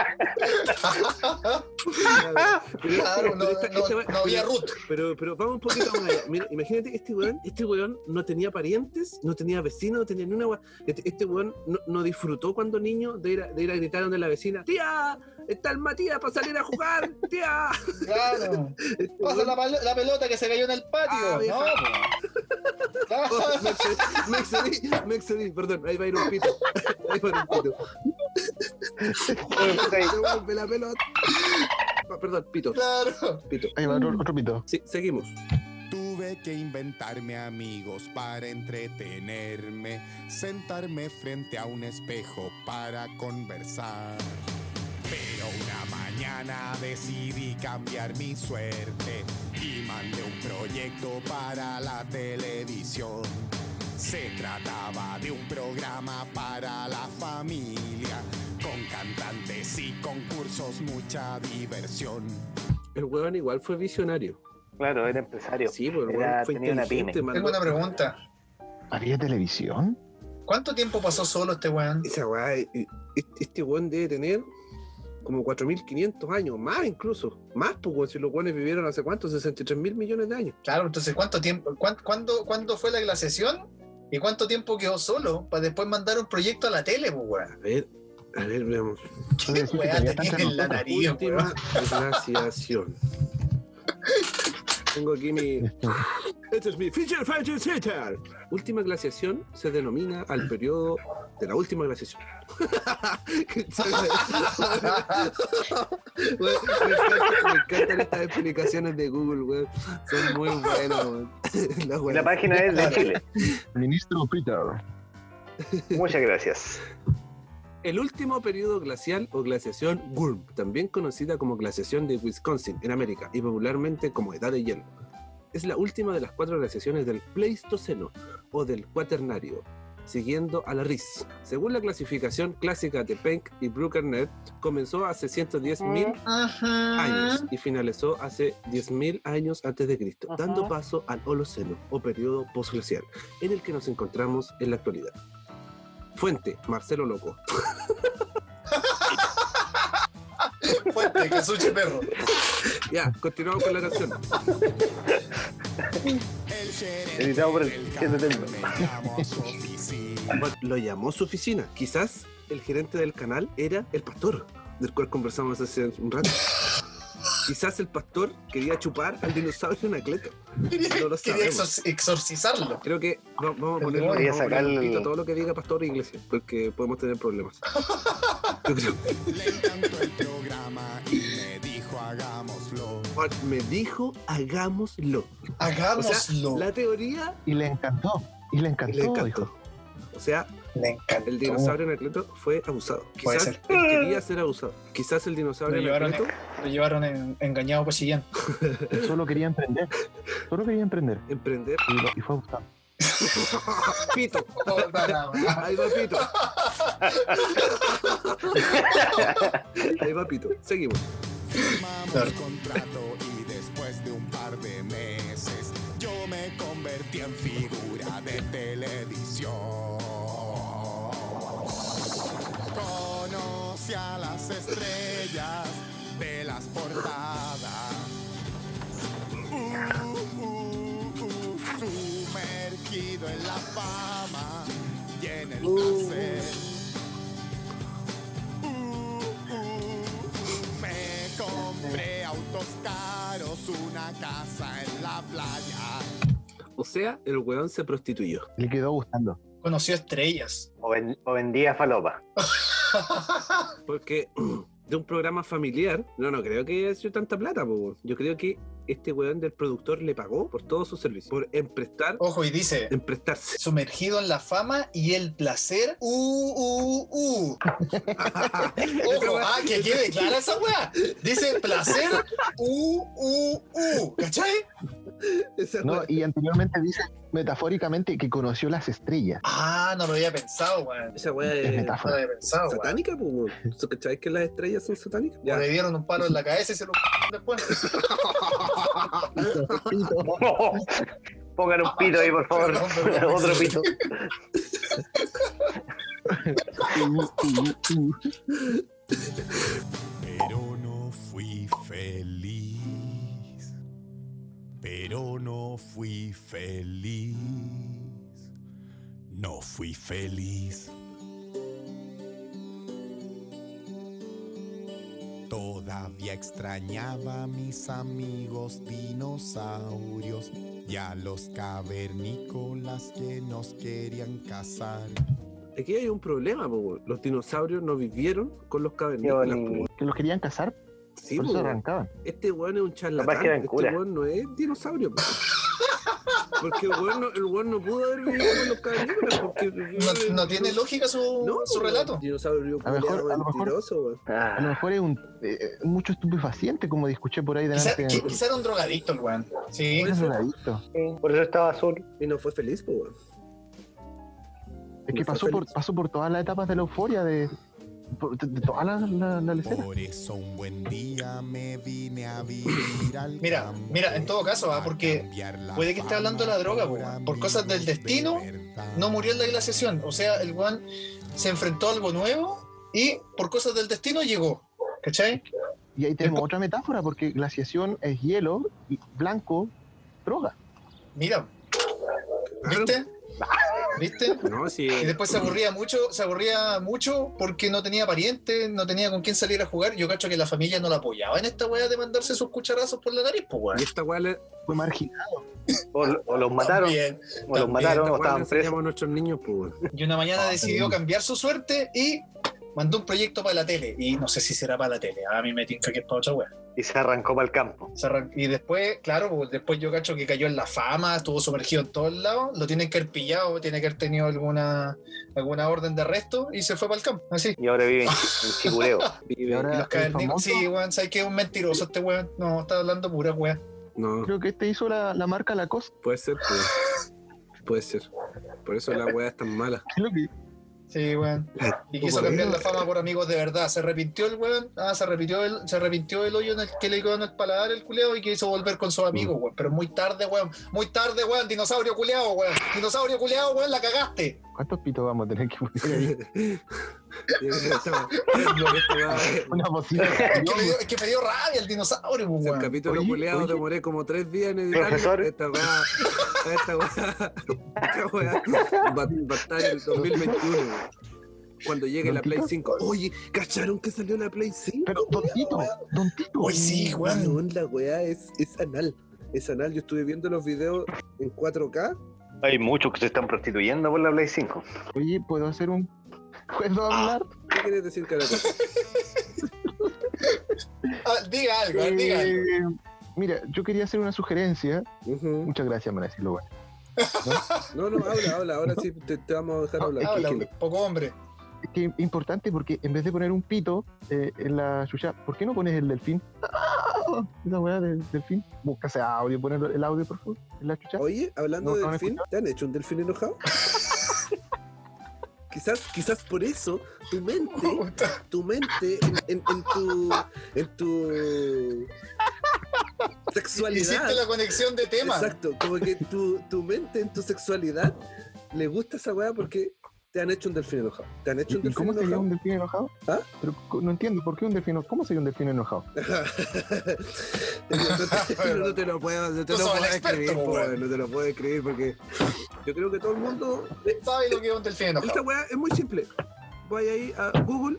Pero-
Claro, no,
pero este esta- esta
no,
weá-
no había Ruth.
Pero, pero vamos un poquito más allá. Mira, imagínate que este weón, este weón no tenía parientes, no tenía vecinos, no tenía ni una weá. Este, este weón no, no disfrutó cuando niño de ir, a, de ir a gritar donde la vecina, tía, está el Matías para salir a jugar, tía.
Claro.
Este
Pasa
weón-
la, pal- la pelota que se cayó en el
Ah,
patio.
vieja.
no, po. Claro.
Oh, me excedí, me excedí, me excedí, perdón, ahí va a ir un pito. Ahí va a ir un pito. Devuelve la pelota. Ah, Perdón, pito,
Claro.
pito.
Ahí va otro,
Mm.
otro pito.
Sí, seguimos.
Tuve que inventarme amigos para entretenerme, sentarme frente a un espejo para conversar. Pero una mañana decidí cambiar mi suerte y mandé un proyecto para la televisión. Se trataba de un programa para la familia, con cantantes y concursos, mucha diversión.
El weón igual fue visionario.
Claro, era empresario.
Sí, pero el
Era-
weón fue
tenía una
inteligente.
Tengo
mandó-
una pregunta.
¿Había televisión?
¿Cuánto tiempo pasó solo este weón?
Esa weá, eh, eh, este weón debe tener como 4.500 años, más incluso. Más, pues, weón, si los weones vivieron hace cuánto, 63 mil millones de años.
Claro, entonces, ¿cuánto tiempo? cuán- ¿Cuándo, cuándo fue la glaciación? ¿Y cuánto tiempo quedó solo para después mandar un proyecto a la tele, pues,
A
weón?
ver, a ver, veamos.
Yo voy a decir que
Weá,
todavía
tenía
están
en la
anotando.
nariz,
Última glaciación. Tengo aquí mi. Este es mi Feature Feature Center. Última glaciación se denomina al periodo de la última glaciación. Bueno, me, encanta- me encantan estas explicaciones de Google, weón. Son muy buenas, weón. La
La
weá.
página es de Chile.
Ministro Peter.
Muchas gracias.
El último periodo glacial o glaciación Wurm, también conocida como glaciación de Wisconsin en América y popularmente como Edad de Hielo, es la última de las cuatro glaciaciones del Pleistoceno o del Cuaternario, siguiendo a la RIS. Según la clasificación clásica de Penck y Bruckner, comenzó hace 110.000
Ajá.
años y finalizó hace 10.000 años antes de Cristo,
Ajá.
dando paso al Holoceno o periodo posglacial, en el que nos encontramos en la actualidad. Fuente, Marcelo Loco.
Fuente, que suche perro.
Ya, continuamos con la canción.
El gerente
Editado por el-
del
ese
canal
tema.
me llamó a su oficina.
Bueno, lo llamó a su oficina. Quizás el gerente del canal era el pastor, del cual conversamos hace un rato. Quizás el pastor quería chupar al dinosaurio Anacleto.
Quería,
No lo
quería
sabemos.
exor- exorcizarlo.
Creo que va- vamos a ponerlo
Quería
vamos a ponerle
sacarle
un pito a
el-
todo lo que diga pastor e iglesia, porque podemos tener problemas. Yo creo.
Le encantó el programa y me dijo hagámoslo.
Bueno, Me dijo, hagámoslo. O sea,
Hagámoslo.
la teoría
Y le encantó. Y le encantó,
le
dijo.
encantó. O sea,
Me encanta.
El dinosaurio Anacleto fue abusado.
Puede
Quizás
ser.
él quería ser abusado. Quizás el dinosaurio
Lo llevaron
Anacleto
Lo llevaron en- engañado por Chillán.
Él Solo quería emprender. Solo quería emprender.
emprender.
Y, lo- y fue abusado.
Pito. Ahí va Pito. Ahí va Pito. Seguimos.
Firmamos
Claro.
contrato y después de un par de meses yo me convertí en figura de televisión. Conocí a las estrellas de las portadas. Uh, uh, uh, sumergido en la fama y en el placer. Uh, uh, me compré autos caros, una casa en la playa.
O sea, el weón se prostituyó.
Le quedó gustando.
Conoció estrellas.
O, ven- o vendía falopa.
Porque de un programa familiar, no, no creo que haya sido tanta plata, po, weón. Yo creo que este weón del productor le pagó por todos sus servicios. Por emprestar,
Ojo, y dice,
emprestarse.
sumergido en la fama y el placer. Uh, uh, uh. Ojo, ah, que quede clara esa weá. Dice placer, uh, uh, uh. ¿Cachai?
ah, Esa
No,
weá.
y anteriormente dice metafóricamente que conoció las estrellas.
Ah, no lo había pensado, weón.
Esa weá
Es
es
No lo
metáfora.
había pensado, weón.
satánica, po, weón. ¿Sabes que las estrellas son satánicas?
O
Ya.
Le dieron un palo en la cabeza y se lo después.
Pongan un pito ahí, por favor. Otro pito.
Pero no fui feliz. Pero no fui feliz. No fui feliz. Todavía extrañaba a mis amigos dinosaurios y a los cavernícolas que nos querían cazar.
Aquí hay un problema, po, weón. Los dinosaurios no vivieron con los
Qué
cavernícolas, po,
bonito.
weón.
Que los querían casar,
Sí,
por
po,
eso
weón.
arrancaban.
Este weón es un charlatán.
Capaz que eran
Este
curas.
weón no es dinosaurio. po. Porque el weón, no, el weón no pudo haber vivido con los cavernícolas. Porque
No, no tiene lógica su,
No,
su
po,
relato.
weón. Dinosaurio
A lo mejor-
culiao
a lo mejor-
mentiroso, weón.
Ah.
A lo mejor es un, eh, eh, mucho estupefaciente, como escuché por ahí
Quizá,
delante.
qui- quizá era un drogadicto el weón. Sí.
Es drogadicto.
Por eso estaba azul.
Y no fue feliz, po, weón.
Es
No
que
fue
pasó por,
feliz.
pasó por todas las etapas de la euforia, de, por- de- de toda la, la, la escena.
Por eso un buen día me vine a vivir al
Mira,
campo
mira, en todo caso, ah,
a
porque
cambiar la
puede que esté hablando de la
fama
droga, po, por cosas del
amigos de
destino,
verdad.
No murió en la glaciación. O sea, el weón se enfrentó a algo nuevo y por cosas del destino llegó. ¿Cachai?
Y ahí tenemos otra metáfora, porque glaciación es hielo, y blanco, droga.
Mira. ¿Viste? ¿Viste?
No, sí.
Y después se aburría mucho, se aburría mucho porque no tenía parientes, no tenía con quién salir a jugar. Yo cacho que la familia no la apoyaba en esta weá de mandarse sus cucharazos por la nariz, pues weón.
Y esta weá le-
Fue marginal.
O, o los mataron.
También.
O los
también,
mataron o
esta weá le
estaban presos.
enseñamos a nuestros niños, po, weón.
Y una mañana
Ah,
decidió cambiar su suerte y mandó un proyecto para la tele. Y no sé si será para la tele. A mí me tinca que es para otra weá.
Y se arrancó para el campo.
Se arran- Y después, claro, pues, después yo cacho que cayó en la fama, estuvo sumergido en todos lados, lo tienen que haber pillado, tiene que haber tenido alguna, alguna orden de arresto y se fue para el campo. Así.
Y ahora vive en, en Chicureo.
Y
Vive-
ahora
Los
Ah, el
cavernícolas,
famoso,
sí, weón, ¿sabes qué? Un mentiroso este weón. No, está hablando pura weón.
No,
creo que este hizo la, la marca Lacoste.
puede ser, po. Puede ser. Por eso la weá es tan mala.
¿Qué es lo que-
Sí, weón. Y quiso cambiar la fama por amigos de verdad. Se arrepintió el weón. Ah, se arrepintió el, se arrepintió el hoyo en el que le quedó en el paladar el culeado y quiso volver con sus
Mm.
amigos, weón. Pero muy tarde, weón. Muy tarde, weón. Dinosaurio culeado, weón. Dinosaurio culeado, weón. La cagaste.
¿Cuántos pitos vamos a tener que poner ahí?
Es
Una bocina.
Es que, me dio, es que me dio rabia el dinosaurio,
el
weón.
capítulo
Oye,
culeado,
oye.
demoré como tres días en editarlo.
Profesor.
Esta weá, esta weá, esta weá va, va a estar en el 2021. weón. Cuando llegue
Don
la Play
Tito.
5. Oye, ¿cacharon que salió la Play 5?
Pero, Don Tito, Don Tito.
Uy, sí, weón.
Weón, la weá es, es anal. Es anal. Yo estuve viendo los videos en 4K.
Hay muchos que se están prostituyendo por la Play 5.
Oye, ¿puedo hacer un... ¿Puedo
Ah,
hablar?
¿Qué quieres decir, Caracol?
Ah, diga algo,
Eh,
diga algo.
Mira, yo quería hacer una sugerencia.
Ujú.
Muchas gracias, Maracelo. Bueno.
No, no, habla, habla. Ahora sí te, te vamos a dejar
No,
hablar.
Habla,
tranquilo.
poco hombre.
Es que es importante porque en vez de poner un pito eh, en la chucha, ¿por qué no pones el delfín? ¡Ah! Esa weá del delfín. Búscase audio, poner el audio, por favor, en la chucha.
Oye, hablando
No,
de
no han
delfín, ¿te han hecho un delfín enojado? quizás, quizás por eso tu mente, tu mente en, en- en tu en tu
Hiciste
sexualidad.
la conexión de temas.
Exacto, como que tu, tu mente en tu sexualidad le gusta esa weá porque te han hecho un delfín enojado. Te han hecho un
¿Y
delfín
cómo sería un
enojado.
delfín enojado?
¿Ah?
Pero co- no entiendo, ¿por qué un delfín enojado? ¿Cómo sería un delfín enojado?
no, no te lo puedo, no te
Tú
lo
sos
puedo
el experto,
escribir, po,
weón.
weón, no te lo puedo escribir porque yo creo que todo el mundo eh,
¿Sabes lo que es un delfín
Esta
enojado?
weá es muy simple. Vaya ahí a Google,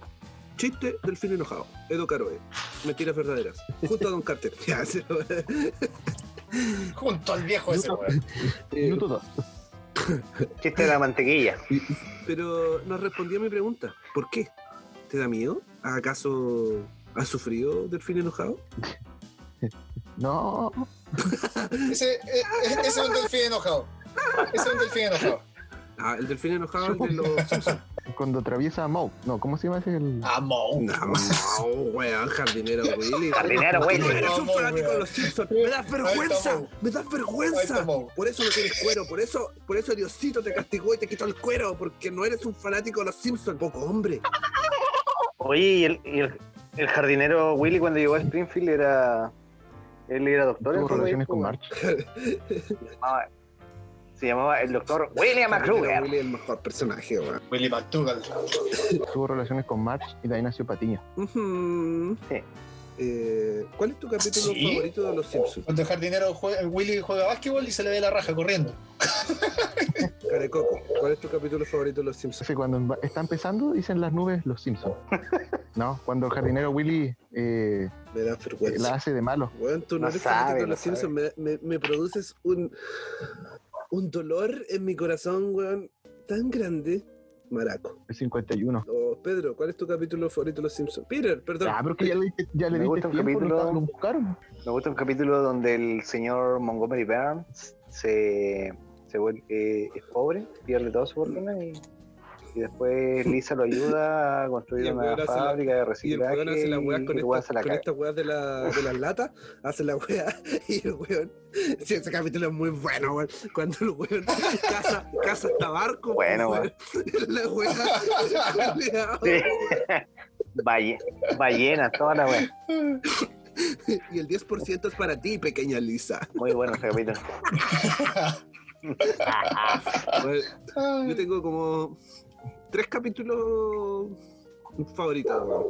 chiste delfín enojado. Edo Caroe. Mentiras verdaderas. Junto a Don Carter. Ya, se lo-
Junto al viejo ese, weón.
Eh,
Minuto dos.
Chiste de la mantequilla.
pero no respondió a mi pregunta. ¿Por qué? ¿Te da miedo? ¿Acaso has sufrido delfín enojado?
No,
Ese, e- e- ese es un delfín enojado. Ese es un delfín enojado.
Ah, el delfín enojado es de los Simpsons.
cuando atraviesa a Moe. No, ¿cómo se llama ese? El...
Ah, Amo.
No, no, weón, jardinero Willy.
Jardinero Willy.
No, eres un
Vamos,
fanático de los Simpsons. Me das vergüenza.
Ahí
Me das
Ahí está,
vergüenza.
Mau.
Por eso no tienes cuero. Por eso, por eso Diosito te castigó y te quitó el cuero. Porque no eres un fanático de los Simpsons. Poco hombre.
Oye, ¿y el, y el, el jardinero Willy cuando llegó a Springfield era. Él era doctor.
Tuvo
ese güey,
relaciones con
pues.
March.
Se llamaba- Se llamaba el doctor
Jardinero
William McCruger.
Willy es el mejor personaje, weón.
Willy McDougall.
Tuvo relaciones con March y de ahí nació Patiño.
Ujú.
Sí.
Eh, ¿Cuál es tu capítulo
Sí.
favorito de Los Simpsons?
Cuando el jardinero jue- Willy juega básquetbol y se le ve la raja corriendo.
Carecoco, ¿cuál es tu capítulo favorito de Los Simpsons?
Entonces, cuando emba- está empezando, dicen las nubes los Simpsons. No, cuando el jardinero Willy eh,
Me da
la
vergüenza.
hace de malo.
Weón, tú no,
No
eres
sabe,
fanático de
no
Los Simpsons. Me, me- me produces un, un dolor en mi corazón, weón, tan grande. Maraco.
El 51.
Oh, Pedro, ¿cuál es tu capítulo favorito de Los Simpsons? Peter, perdón.
Ah, pero que ya le, diste- ya le
Me
diste
gusta un
tiempo, lo
capítulo-
está- lo buscaron.
Me gusta un capítulo donde el señor Montgomery Burns se, se vuelve, eh, es pobre, pierde todo su fortuna y, y después Lisa lo ayuda a
Y
construir
el
una
weón hace la-
fábrica de
Y el
reciclaje.
weón hace las weas con,
el weón
estas-
se la
con
caga.
estas weas de, la, de las latas, hace la wea y el weón. Sí, ese capítulo es muy bueno, weón. Cuando el weón caza, caza hasta barco.
Bueno,
weón. La wea.
Sí. Balle- ballena, toda la wea.
y el 10% es para ti, pequeña Lisa.
Muy bueno ese capítulo.
Weón, Yo tengo como tres capítulos favoritos. weón.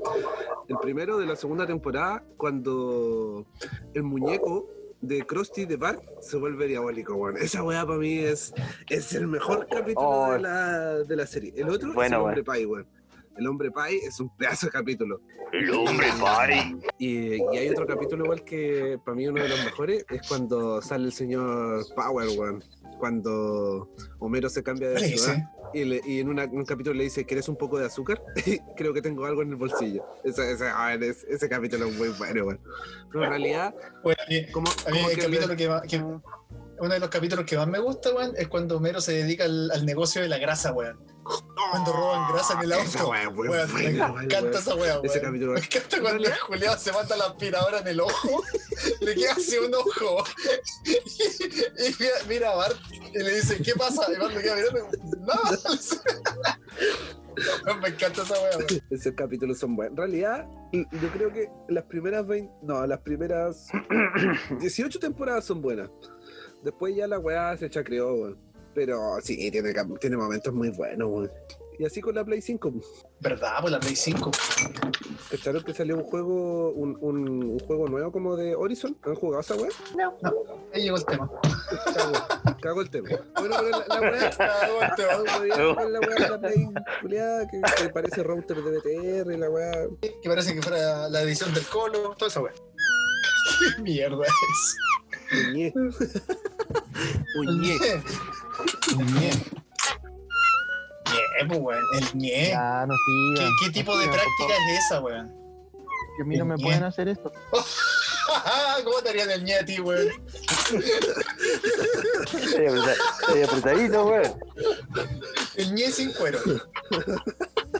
El primero de la segunda temporada, cuando el muñeco de Krusty de Bart se vuelve diabólico. weón. Esa weá para mí es, es el mejor capítulo
Oh.
de, la, de la serie. El otro es
Bueno,
el
weón.
hombre pie, weón. El hombre pie es un pedazo de capítulo.
El hombre pare.
Y, y hay otro capítulo igual que para mí uno de los mejores es cuando sale el señor Power, weón. Cuando Homero se cambia de
¿Qué le
ciudad.
dice?
Y, le- y en una- un capítulo le dice, ¿quieres un poco de azúcar? Creo que tengo algo en el bolsillo. Ese, ese, a ver, es- ese capítulo es muy bueno, weón. Pero en realidad,
Bueno, a mí-
como,
a mí
como
el
que
capítulo que más- que- uno de los capítulos que más me gusta, weón, es cuando Homero se dedica al, al negocio de la grasa, weón. Cuando roban grasa en el
Ah,
auto.
Esa weá es muy
Weón, me
buena, weón,
encanta
weón.
esa weá,
Ese
weón.
capítulo-
Me encanta cuando el Julián se mata la aspiradora en el ojo, le queda así un ojo. Y, y mira, mira a Bart y le dice, ¿qué pasa? Y Bart le queda mirando, nada. Weón, Me encanta esa weá, weón.
esos capítulos son buenos. En realidad, y- y yo creo que las primeras 20, no, las primeras 18 temporadas son buenas. Después ya la weá se chacreó, weón. Pero sí, tiene, cap- tiene momentos muy buenos, weón. Y así con la Play 5,
¿Verdad? Pues la Play 5.
¿cacharon que salió un juego, un, un- un juego nuevo como de Horizon? ¿Han jugado esa weá?
Ahí llegó el tema.
Cago, cago el tema. Bueno, pero la, la weá.
Cagó el tema.
Vamos bien con la weá de la Play, culiada, que, que parece router de BTR y la weá.
Que parece que fuera la edición del Colo, toda esa weá. ¿Qué mierda es?
Uñé. Uñé.
Ñe. Ñe, pues, weón. El ñe.
Ah, no sigan,
¿Qué,
no
qué tipo de
sigan, por
práctica
favor,
es esa, weón?
Que a mí no me
Bien.
pueden hacer esto.
¿Cómo te harían el ñe a ti, weón?
Estoy apreta- estoy apretadito, weón.
El ñe sin cuero.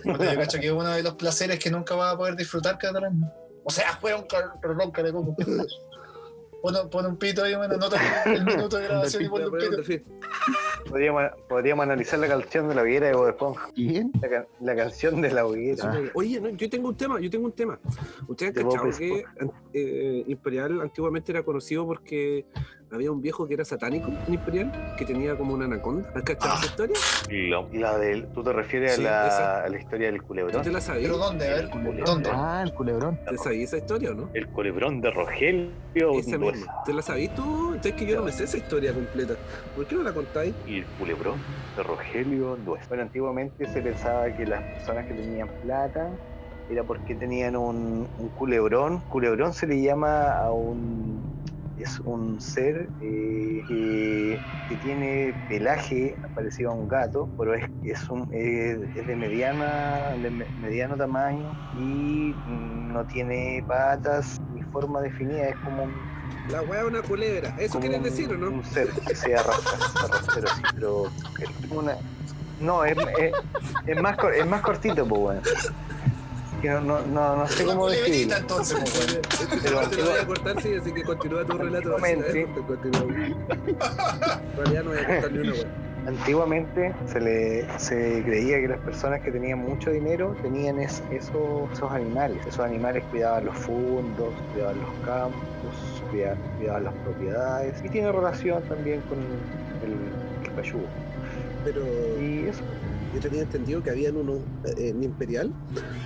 Puta, Yo cacho que es uno de los placeres que nunca vas a poder disfrutar, cabrón. O sea, weón, car- perdón, caracoco. Pon, un- pon un pito ahí, bueno, no te el minuto de grabación y
Voy
pon
a
un
poner un
pito.
delfín.
Podríamos, podríamos analizar la canción de la hoguera de Bob Esponja.
¿Quién?
La, can- la canción de la hoguera.
Oye, no, yo tengo un tema, yo tengo un tema. Ustedes
Ah. De Bob
cacharon que eh, Imperial antiguamente era conocido porque había un viejo que era satánico en Imperial, que tenía como una anaconda. ¿Has
Ah.
cachado esa historia?
Lo-
La del, ¿Tú te refieres
Sí,
a, la,
esa.
a la historia del
¿Tú
culebrón?
te la sabías?
¿Pero dónde? A ver, ¿dónde?
Ah, el culebrón.
¿Te sabías esa historia o no?
El culebrón de Rogelio
Esa misma.
Mendoza.
¿Te la sabías tú? Es que yo no me sé esa historia completa. ¿Por qué no la contáis?
El culebrón de Rogelio Mendoza.
Bueno, antiguamente se pensaba que las personas que tenían plata era porque tenían un, un culebrón. Culebrón se le llama a un,
es un ser eh, que, que tiene pelaje parecido a un gato, pero es, es, un, es, es de, mediana, de me- mediano tamaño y mm, no tiene patas ni forma definida, es como un
La weá es una culebra. ¿Eso
como
quieren
un-
decir o no?
Un ser que sea rastra- rastrero, sí, pero es como una- No, es, es- es más, cor- es más cortito, pues, weón. Que no, no, no, no sé
Una
cómo decirlo.
culebrita, entonces, pues, weón.
No Este te lo voy a cortar, sí, así que continúa tu relato.
Antiguamente.
Vacila, ¿eh? Continúa. En realidad no voy a cortar ni una weá.
Antiguamente se le se creía que las personas que tenían mucho dinero tenían es- esos, esos animales. Esos animales cuidaban los fundos, cuidaban los campos, cuida- cuidaban, las propiedades. Y tiene relación también con el, el payú.
Pero
Y eso.
yo tenía entendido que habían unos, eh, en Imperial,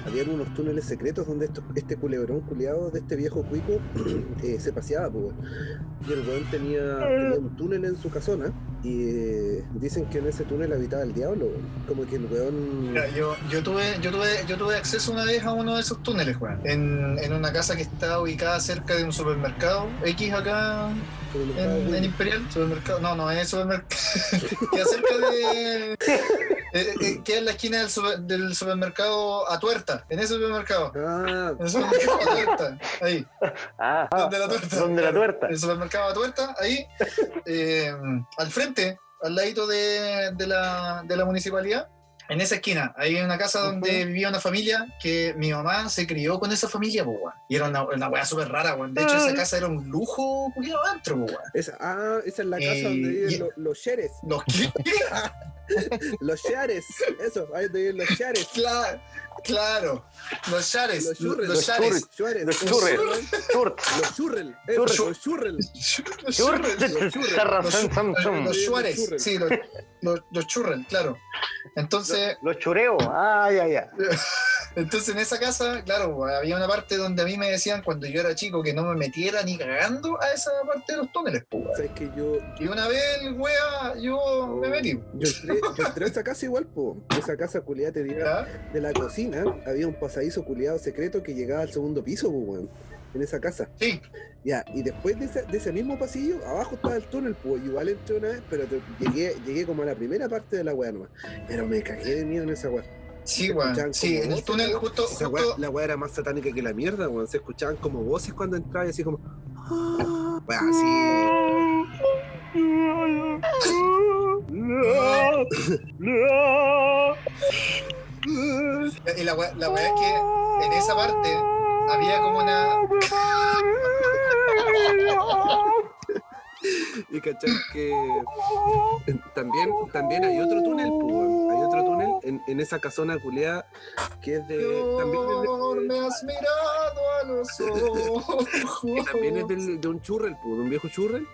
habían unos túneles secretos donde estos- este culebrón culiado de este viejo cuico eh, se paseaba, pues. weón. Y el weón tenía, tenía un túnel en su casona y eh, dicen que en ese túnel habitaba el diablo, weón. Como que el weón...
Mira, yo, yo, tuve, yo, tuve, yo tuve acceso una vez a uno de esos túneles, weón. En, en una casa que está ubicada cerca de un supermercado X acá
como lo estaba
en, en
viendo.
Imperial. Supermercado. No, no, es supermercado. queda cerca de. eh, eh, queda en la esquina del, super- del supermercado a tuerta. En ese supermercado.
Ah,
En el supermercado a tuerta. Ahí.
Ah,
Donde la tuerta.
donde la tuerta.
El supermercado a tuerta, ahí, eh, al frente, al ladito de, de la, de la municipalidad, en esa esquina, ahí hay una casa donde vivía una familia que mi mamá se crió con esa familia, po, weón. Y era una, una weá súper rara, weón. De hecho, esa casa era un lujo, culiado antro, po, weón.
esa, ah, esa es la casa
Eh,
donde
y-
viven lo- los sheres.
Los que-
Los shares, eso, ahí te vienen los shares.
cla- claro, los chares,
Los
los,
churres.
chares.
Suárez.
Los churres. Turt.
Los churrel. eh,
Churrel.
Los churrel.
Los churres.
Sarrazán, Sam, Sam.
Los
Los
chuares,
churres.
sí, los, los, los churren, claro. Entonces,
Los chureo. Ah, ya, ya.
Entonces en esa casa, claro, había una parte donde a mí me decían cuando yo era chico que no me metiera ni cagando a esa parte de los túneles. po, weón.
Sabes que yo,
Y una vez, el wea, yo me metí.
yo entré, yo entré a esa casa igual, po. Esa casa culiada tenía
¿ya?
de la cocina, había un pasadizo culiado secreto que llegaba al segundo piso, po, weón. En esa casa.
Sí,
Ya, y después de, esa- de ese mismo pasillo, abajo estaba el túnel, pues igual entré una vez, pero te- llegué, llegué como a la primera parte de la weá nomás. Pero me cagué de miedo en esa weá.
sí, weón.
escuchaban
Sí,
como
en el
voces,
túnel
¿no?
justo,
Esa weá-
justo
la weá era más satánica que la mierda, weón. Se escuchaban como voces cuando entraba y así como. "Ah", Weá, así.
y la wea, la wea es que en esa parte había como una.
Y cachar que. eh, También, también hay otro túnel, pues, weón. Hay otro túnel en, en esa casona culeada que es de. También es
Señor,
de-
me has mirado a los ojos.
que también es del- de un churrel, pues, de un viejo churrel,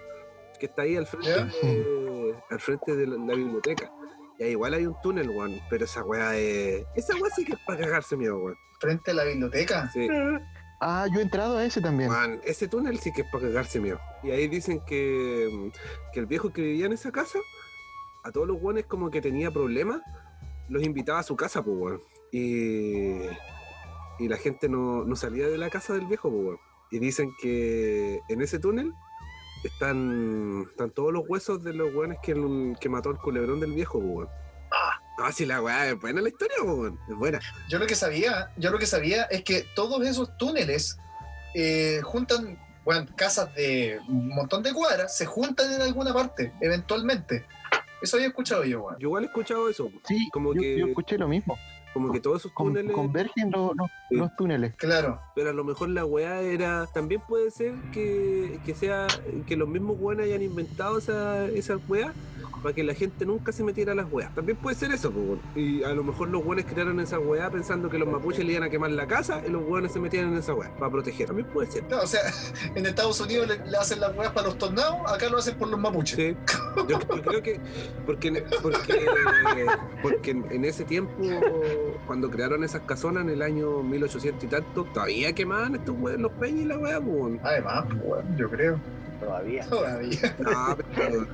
que está ahí al frente,
Ya.
de, al frente de la, la biblioteca. Y ahí igual hay un túnel, weón, pero esa weá es... Esa weá sí que es para cagarse miedo, weón.
Frente a la biblioteca.
Sí.
Ah, yo he entrado a ese también.
Weón, ese túnel sí que es para cagarse miedo. Y ahí dicen que, mm, que el viejo que vivía en esa casa, a todos los weones como que tenía problemas, los invitaba a su casa, pues, weón. Y, y la gente no, no salía de la casa del viejo, pues, weón. Y dicen que en ese túnel están, están todos los huesos de los weones que, el- que mató el culebrón del viejo, pues, weón. Ah, sí, la weá es buena la historia, pues, weón. Es buena.
Yo lo que sabía, yo lo que sabía es que todos esos túneles eh, juntan, bueno, casas de un montón de cuadras, se juntan en alguna parte, eventualmente. Eso había escuchado yo, weón.
Yo igual he escuchado eso,
Sí,
Como
yo,
que-
yo escuché lo mismo.
como que todos esos
Con-
túneles...
convergen los, los-
Sí.
los túneles.
Claro.
pero a lo mejor la weá era. También puede ser que, que sea que los mismos weones hayan inventado esa, esa weá para que la gente nunca se metiera a las weas. También puede ser eso, po, weón. Y a lo mejor los weones crearon esa weá pensando que los mapuches le iban a quemar la casa y los weones se metían en esa weá para proteger. También puede ser.
No, o sea, en Estados Unidos le, le hacen las weas para los tornados, acá lo hacen por los mapuches.
Sí. Yo, yo creo que. Porque, porque, porque en, en ese tiempo, cuando crearon esas casonas en el año 1800 y tanto, todavía quemaban estos weones los peñas y la weá, po, weón.
pues, Además, pues, weón, yo creo.
Todavía.
Todavía.
No, pero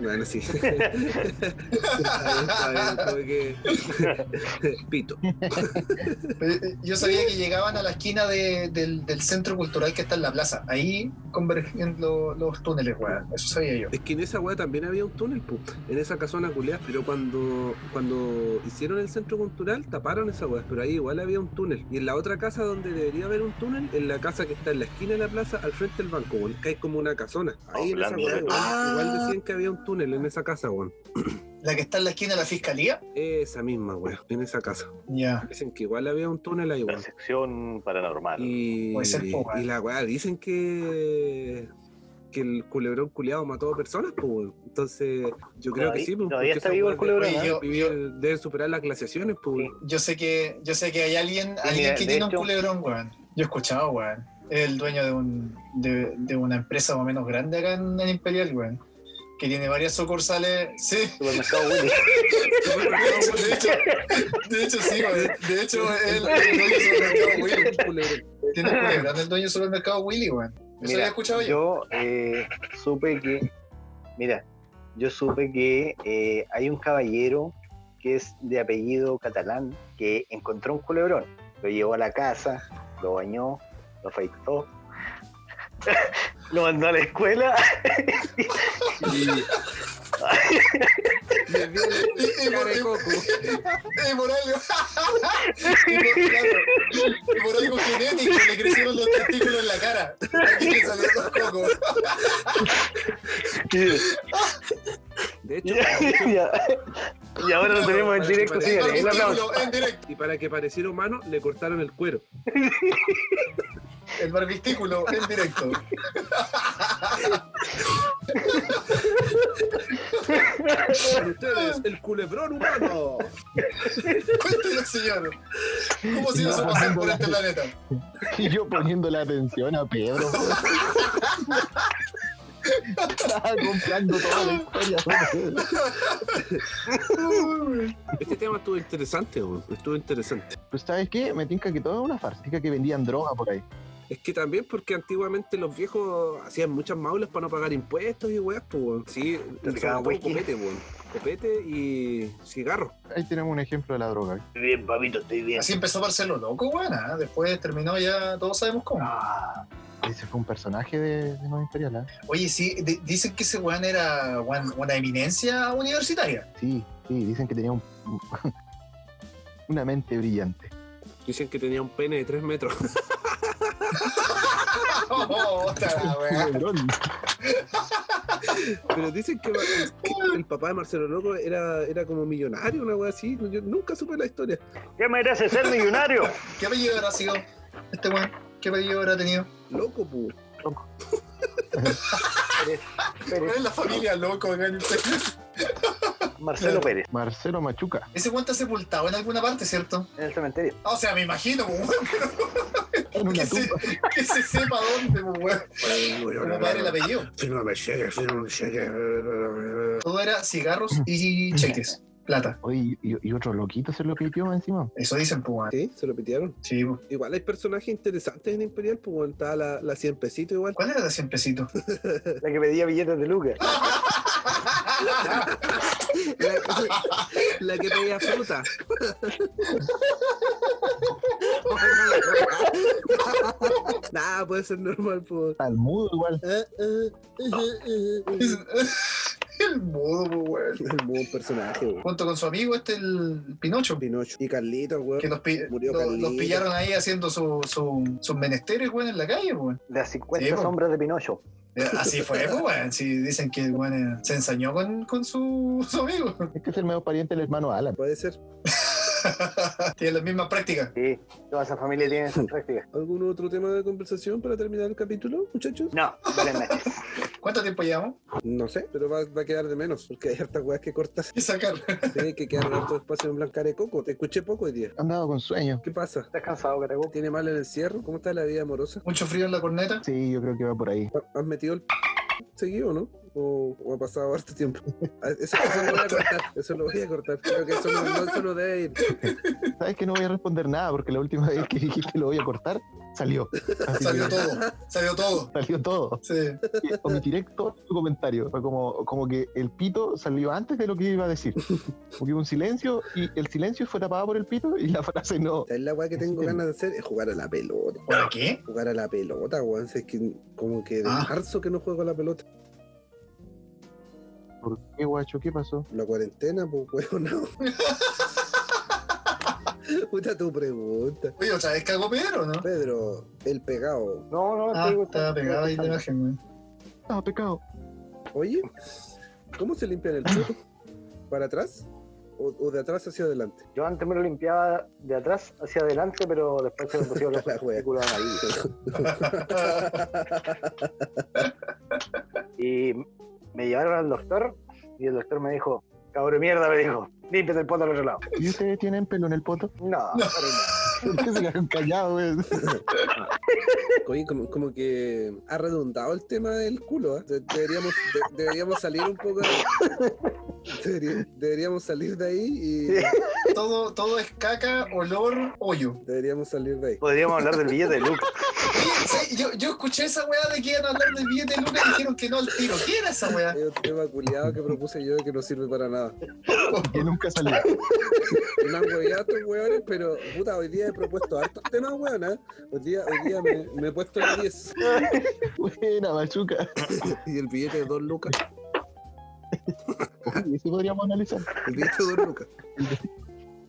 Bueno, sí. Está bien, está bien, como que- Pito.
Eh, Yo sabía que llegaban a la esquina de- del, del centro cultural que está en la plaza. Ahí convergen lo- los túneles, weón. Eso sabía yo.
Es que en esa weá también había un túnel, pu, en esa casona culeada, pero cuando, cuando hicieron el centro cultural taparon esa weá, pero ahí igual había un túnel. Y en la otra casa donde debería haber un túnel, en la casa que está en la esquina de la plaza, al frente del banco, weón, que hay como una casona. Ahí en esa
Hablando
weá,
de
weón,
túnel.
igual decían que había un túnel en esa casa, weón.
La que está en la esquina de la fiscalía.
Esa misma weá, en esa casa.
Ya.
Dicen que igual había un túnel ahí,
La
weón.
sección paranormal.
Y,
Puede
pues,
ser, po, weón.
y la weá, dicen que que el culebrón culiado mató a personas, pues. weón. Entonces, yo creo que
Todavía-
sí. pues, porque
todavía está
esas
vivo el
weas
culebrón,
deben
¿eh? Yo-
vivir- Deben superar las glaciaciones, pues. weón.
Yo sé que, yo sé que hay alguien,
mira,
alguien que
de
tiene
hecho-
un culebrón, weón. Yo he escuchado, weón. Es el dueño de, un, de, de una empresa más o menos grande acá en el Imperial, weón. Que tiene varias sucursales. Sí.
Supermercado Willy.
De hecho, de hecho sí, weón. De hecho, es el, el dueño del supermercado Willy. Tiene un culebrón el dueño del supermercado Willy, weón. Eso lo he
Mira,
escuchado yo.
yo eh, supe que, mira, yo supe que eh, hay un caballero que es de apellido catalán que encontró un culebrón, lo llevó a la casa, lo bañó, lo afeitó, lo mandó a la escuela.
Les vi el- el cara de coco.
Y por algo. y, por, claro, y por algo genético le crecieron los testículos en la cara. Y le salieron los cocos.
De hecho,
y, y ahora lo tenemos en directo, sí,
Los
un aplauso.
testículos en directo.
y para que pareciera humano, le cortaron el cuero.
El barbistículo en directo.
Con ustedes, el culebrón humano.
Cuéntenos, señor. ¿Cómo se hizo pasar por este planeta?
Y yo poniéndole atención a Pedro. Estaba comprando toda la historia. ¿no?
Este tema estuvo interesante, weón, estuvo interesante.
Pues, ¿sabes qué? Me tinca que todo es una farsa. Tinca que vendían droga por ahí.
Es que también porque antiguamente los viejos hacían muchas maulas para no pagar impuestos y weas, pues, weón. Sí, sobre
picaba
todo
whisky.
copete, weón. Copete y cigarro.
Ahí tenemos un ejemplo de la droga.
Estoy bien, papito, estoy bien.
Así empezó a parecer lo loco, weón. ah. Después terminó ya, todos sabemos cómo.
Ese fue un personaje de, de Nueva Imperial, ¿ah?
Oye, sí, di- dicen que ese weón era weón, una eminencia universitaria.
Sí, sí, dicen que tenía un, una mente brillante.
Dicen que tenía un pene de 3 metros.
Oh, otra, weón.
Culebrón.
Pero dicen que, que el papá de Marcelo Loco era, era como millonario, una wea así. Yo nunca supe la historia.
¿Qué me hace ser millonario?
¿Qué apellido habrá sido este weón? ¿Qué apellido habrá tenido?
Loco, pu.
Weón, Es la familia loco, weón.
Marcelo Pérez,
Marcelo Machuca.
Ese weón está sepultado en alguna parte, ¿cierto?
en el cementerio.
Ah, O sea, me imagino, pues, weón,
En una
que se,
tumba.
que se sepa dónde, pues, weón. Como padre el apellido.
Fírmame cheque, fírmame cheque.
Todo era cigarros y cheques. Plata.
Oye, y, y otro loquito se lo pitió encima.
Eso dicen, pues, weón.
Sí, se lo pitearon.
Sí, pues.
Igual hay personajes interesantes en Imperial, pues weón, estaba la, la 100 pesito igual.
¿Cuál era la 100 pesitos?
La que pedía billetes de lucas.
La, la que pedía fruta. Nada, puede ser normal, Eh, pues.
Talmudo igual.
eh,
El modo, pues, weón.
Es un buen personaje, weón.
Junto con su amigo, este, el Pinocho.
Pinocho. Y Carlitos, weón.
Que los, pi-
Murió
lo-
Carlito.
los pillaron ahí haciendo su- su- sus menesteres, weón, en la calle, weón.
Las 50
pues.
Sí, po.
sombras de Pinocho.
Así fue, pues, weón. Sí, dicen que, weón, eh, se ensañó con, con su, su amigo.
Es que es el medio pariente del hermano Alan.
Puede ser.
Tienen las mismas prácticas.
Sí, toda esa familia tiene esas prácticas.
¿Algún otro tema de conversación para terminar el capítulo, muchachos?
No, buenas noches.
¿Cuánto tiempo llevamos?
No sé, pero va, va a quedar de menos, porque hay hartas weas que cortas.
Y sacar.
Tiene que quedar harto espacio en Blanca de Coco. Te escuché poco hoy día.
Andaba con sueño.
¿Qué pasa?
¿Estás cansado, Catacuco?
¿Tiene mal el encierro? ¿Cómo está la vida amorosa?
Mucho frío en la corneta.
Sí, yo creo que va por ahí.
¿Has metido el p- seguido, ¿no? O, o ha pasado harto tiempo. Ah, Eso, eso lo voy a cortar. Eso lo voy a cortar. Creo que eso no, no, eso no debe ir.
Sabes que no voy a responder nada porque la última vez que dijiste lo voy a cortar, salió. Así
Salió
que
todo, salió todo.
Salió todo.
Sí.
Omitiré todo tu comentario. Fue como, como que el pito salió antes de lo que iba a decir. Porque hubo un silencio y el silencio fue tapado por el pito y la frase no.
Es la weá que tengo ganas de hacer es jugar a la pelota.
¿Por qué?
Jugar a la pelota, weón. Si Es que como que de
Ah.
marzo que no juego a la pelota.
¿Por qué, guacho? ¿Qué pasó?
La cuarentena, pues weón, no. Puta tu pregunta.
Oye, otra vez cagó Pedro, ¿no?
Pedro, el pegado.
No, no,
Ah,
te digo,
estaba pegado ahí la imagen, güey.
Ah, pecado.
Oye, ¿cómo se limpian el puto? ¿Para atrás? ¿O, o de atrás hacia adelante?
Yo antes me lo limpiaba de atrás hacia adelante, pero después se me pusieron los
La wea.
partículas ahí. Y me llevaron al doctor y el doctor me dijo, cabrón mierda, me dijo, límpiate el poto al otro lado.
¿Y ustedes tienen pelo en el poto?
No,
¿Por qué se quedaron callados, güey?
Oye, como, como que ha redundado el tema del culo, ¿ah? De- deberíamos, de- deberíamos salir un poco de- debería- deberíamos salir de ahí
Todo, todo es caca, olor, hoyo.
y deberíamos salir de ahí.
podríamos hablar del billete de Luke.
Oye, sí, Yo, yo escuché esa weá de que iban a hablar del billete de Lucas y dijeron que no al tiro. ¿Qué era esa weá?
Hay un tema culiado que propuse yo que no sirve para nada.
Que nunca salió.
Me han hueveado estos hueones, pero puta, hoy día he propuesto hartos temas, weón, ¿ah? Hoy día, hoy día me, me he puesto la 10
Buena, machuca.
y el billete de 2 lucas.
Oye, Eso podríamos analizar.
El billete de 2 lucas.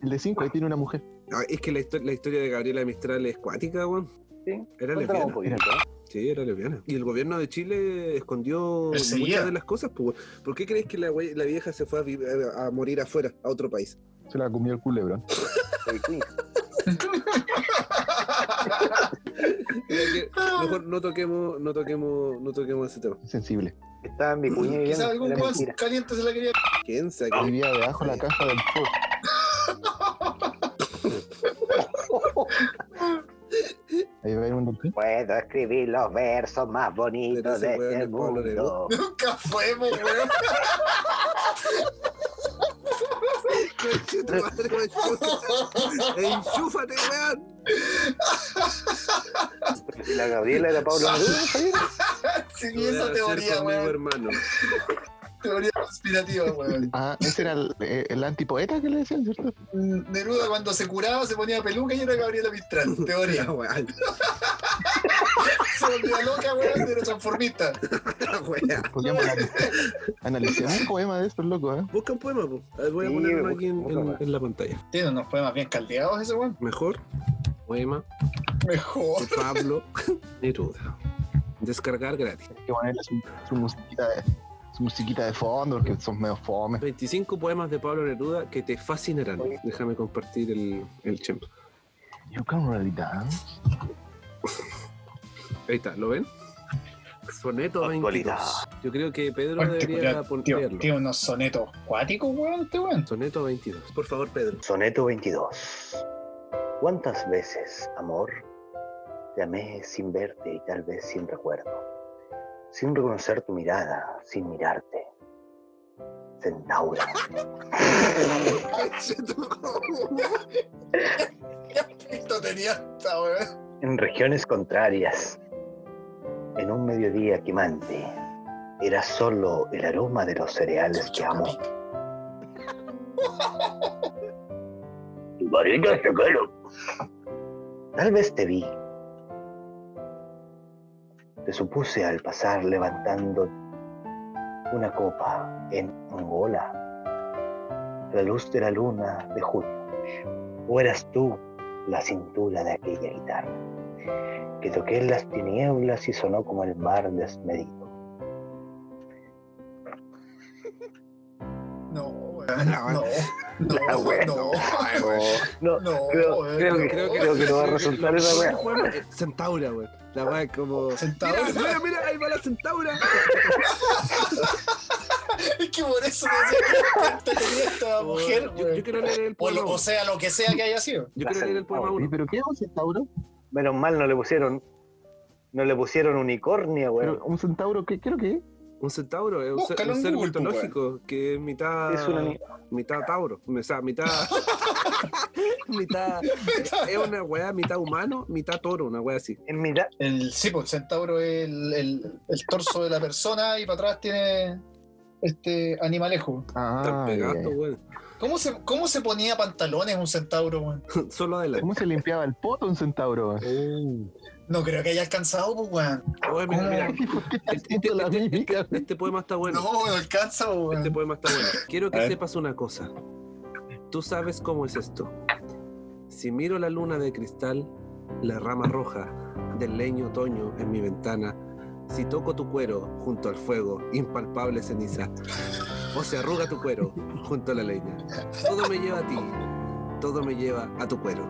El de 5, ahí tiene una mujer.
Ah, es que la, histo- la historia de Gabriela Mistral es cuática, weón.
Sí,
Era
Cuéntanos
lesbiana.
un poquito.
¿eh?
Sí, era lesbiana. Y el gobierno de Chile escondió
Perseguía.
muchas de las cosas. Pues, weón. ¿Por qué crees que la, wey- la vieja se fue a, vi- a- a morir afuera, a otro país?
Se la comió el culebrón.
El Queen.
Mira que Mejor no toquemos, no toquemos, no toquemos ese tema.
Sensible.
Estaba
Mm,
en mi cuña
Quizás
viviendo,
algún
era
weón
mentira.
caliente se la quería.
¿Quién sabe?
Vivía debajo de la caja del poto. Ahí va a haber un delfín.
Puedo escribir los versos más
Pero
bonitos
ese
de
weón
este
es Pablo
mundo.
Neruda.
Nunca fuimos, weón.
Conche tu madre, enchúfate. Enchúfate, weón.
¿Y La Gabriela era Pablo Neruda, Javier?
Sí,
Lo voy a
esa
hacer
teoría,
conmigo,
weón.
hermano.
Teoría conspirativa, weón.
Ah, ese era el, eh, el antipoeta que le decían, ¿cierto?
Neruda cuando se curaba se ponía peluca y era Gabriela Mistral. Teoría.
Ya, weón.
Se volvía loca, weón, pero transformista.
Ya, weón.
Podríamos analizar, analizar un poema de estos locos, ¿eh?
Busca un poema, po. A ver, voy a
Sí,
ponerlo
busca-
aquí en-
busca,
en-
weón.
en la pantalla.
Tiene unos poemas bien caldeados ese weón.
Mejor poema
Mejor.
de Pablo Neruda. Descargar gratis.
Hay que ponerle su, su musiquita de su musiquita de fondo porque son medio fome.
25 poemas de Pablo Neruda que te fascinarán.
Oye.
Déjame compartir el, el champ.
You can really dance.
Ahí está, ¿lo ven? Soneto 22.
Actualidad.
Yo creo que Pedro
Oye,
debería
tío, tío,
ponerlo.
tío, unos sonetos cuáticos, weón, este weón.
Soneto 22. Por favor, Pedro.
Soneto 22. ¿Cuántas veces, amor, te amé sin verte y tal vez sin recuerdo? Sin reconocer tu mirada, sin mirarte. Centaura.
Esto tenía hasta, weón.
en regiones contrarias, en un mediodía quemante, era solo el aroma de los cereales que amo. Varita de secano. Tal vez te vi. Te supuse al pasar levantando una copa en Angola, a la luz de la luna de junio. O eras tú la cintura de aquella guitarra, que toqué en las tinieblas y sonó como el mar desmedido.
No, weón.
La
No,
La
no,
Ah, weón. No,
no, no,
creo-
weón,
creo
no.
que- creo que no va a resultar esa wea.
Eh, Centaura, weón. La weá es como.
Centauro.
Mira, mira, mira, ahí va la centaura.
Es que por eso decía que tenía esta mujer,
yo, yo
weón.
quiero leer el
O,
poema.
lo- o sea, lo que sea que haya sido.
Yo quiero leer el poema
Oye,
1.
¿Pero qué es un centauro?
Menos mal no le pusieron, no le pusieron unicornio, güey.
Pero, ¿Un centauro qué creo que es?
Un centauro es un, ser-
Búscalo
un
en
ser
Google, pues,
mitológico que es mitad.
Es un ani-
mitad Tauro. O sea, mitad. mitad. Es una weá mitad humano, mitad toro, una weá así.
En mitad,
El, sí, pues el centauro es el, el- el torso de la persona y para atrás tiene este animalejo.
Están
Ah, ya,
pegados,
ya.
weón.
¿Cómo se, cómo se ponía pantalones un centauro, weón?
Solo adelante.
¿Cómo se limpiaba el poto un centauro?
No creo que haya alcanzado, pues, weón.
Oye, mira, mira.
¿Por qué estás
Este,
haciendo la
este-
mímica?
Este poema está bueno.
No, no alcanza, pues, weón.
Este poema está bueno. Quiero
A
que
ver.
sepas una cosa. Tú sabes cómo es esto. Si miro la luna de cristal, la rama roja del leño otoño en mi ventana, si toco tu cuero junto al fuego, impalpable ceniza, o se arruga tu cuero junto a la leña, todo me lleva a ti, todo me lleva a tu cuero.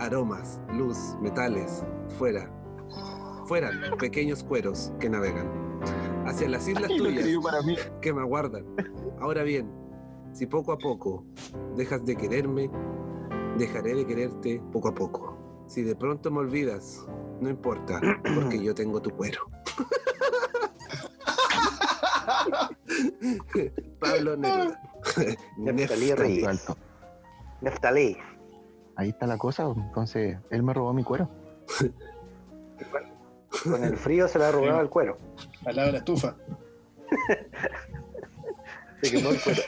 Aromas, luz, metales, fuera. Fueran pequeños cueros que navegan hacia las islas
Y lo
tuyas
escribió para mí.
que me aguardan. Ahora bien, si poco a poco dejas de quererme, dejaré de quererte poco a poco. Si de pronto me olvidas, no importa, porque yo tengo tu cuero. Pablo Neruda.
Neftalí
Neftalí.
Reyes.
Alto.
Neftalí.
Ahí está la cosa, entonces él me robó mi cuero.
Con el frío se le arrugaba el cuero.
Al lado de la Este, estufa.
Se quemó el cuero.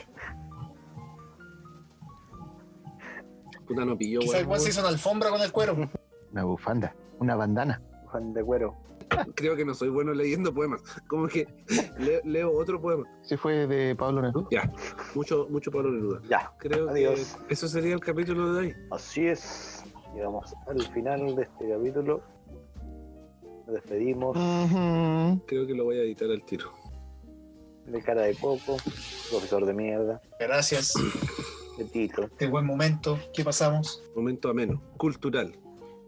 Puta, no pilló,
Quizás
weón.
el weón se hizo una alfombra con el cuero.
Una bufanda, una bandana.
Juan de cuero.
Creo que no soy bueno leyendo poemas. Como que le- leo otro poema.
Se fue de Pablo Neruda.
Mucho, mucho Pablo Neruda.
Ya.
Creo
Adiós.
que eso sería el capítulo de hoy.
Así es. Llegamos al final de este capítulo. Nos despedimos
Ujú.
Creo que lo voy a editar al tiro.
de cara de coco, profesor de mierda,
Gracias,
de Tito.
qué buen momento que pasamos.
Momento ameno, cultural,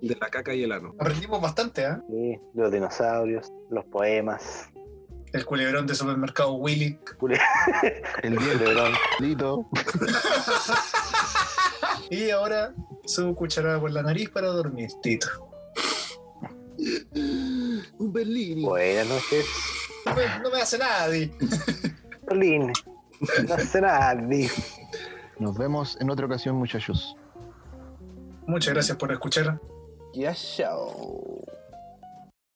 de la caca y el ano.
Aprendimos bastante, ¿eh?
Y los dinosaurios, los poemas.
El culebrón de supermercado Willy.
El día de Lito.
Y ahora su cucharada por la nariz para dormir, Tito.
Un Berlini.
Buenas noches.
No me, no me hace nada, Di.
Berlín. No hace nada, di.
Nos vemos en otra ocasión, muchachos.
Muchas gracias por escuchar.
Ya, chao.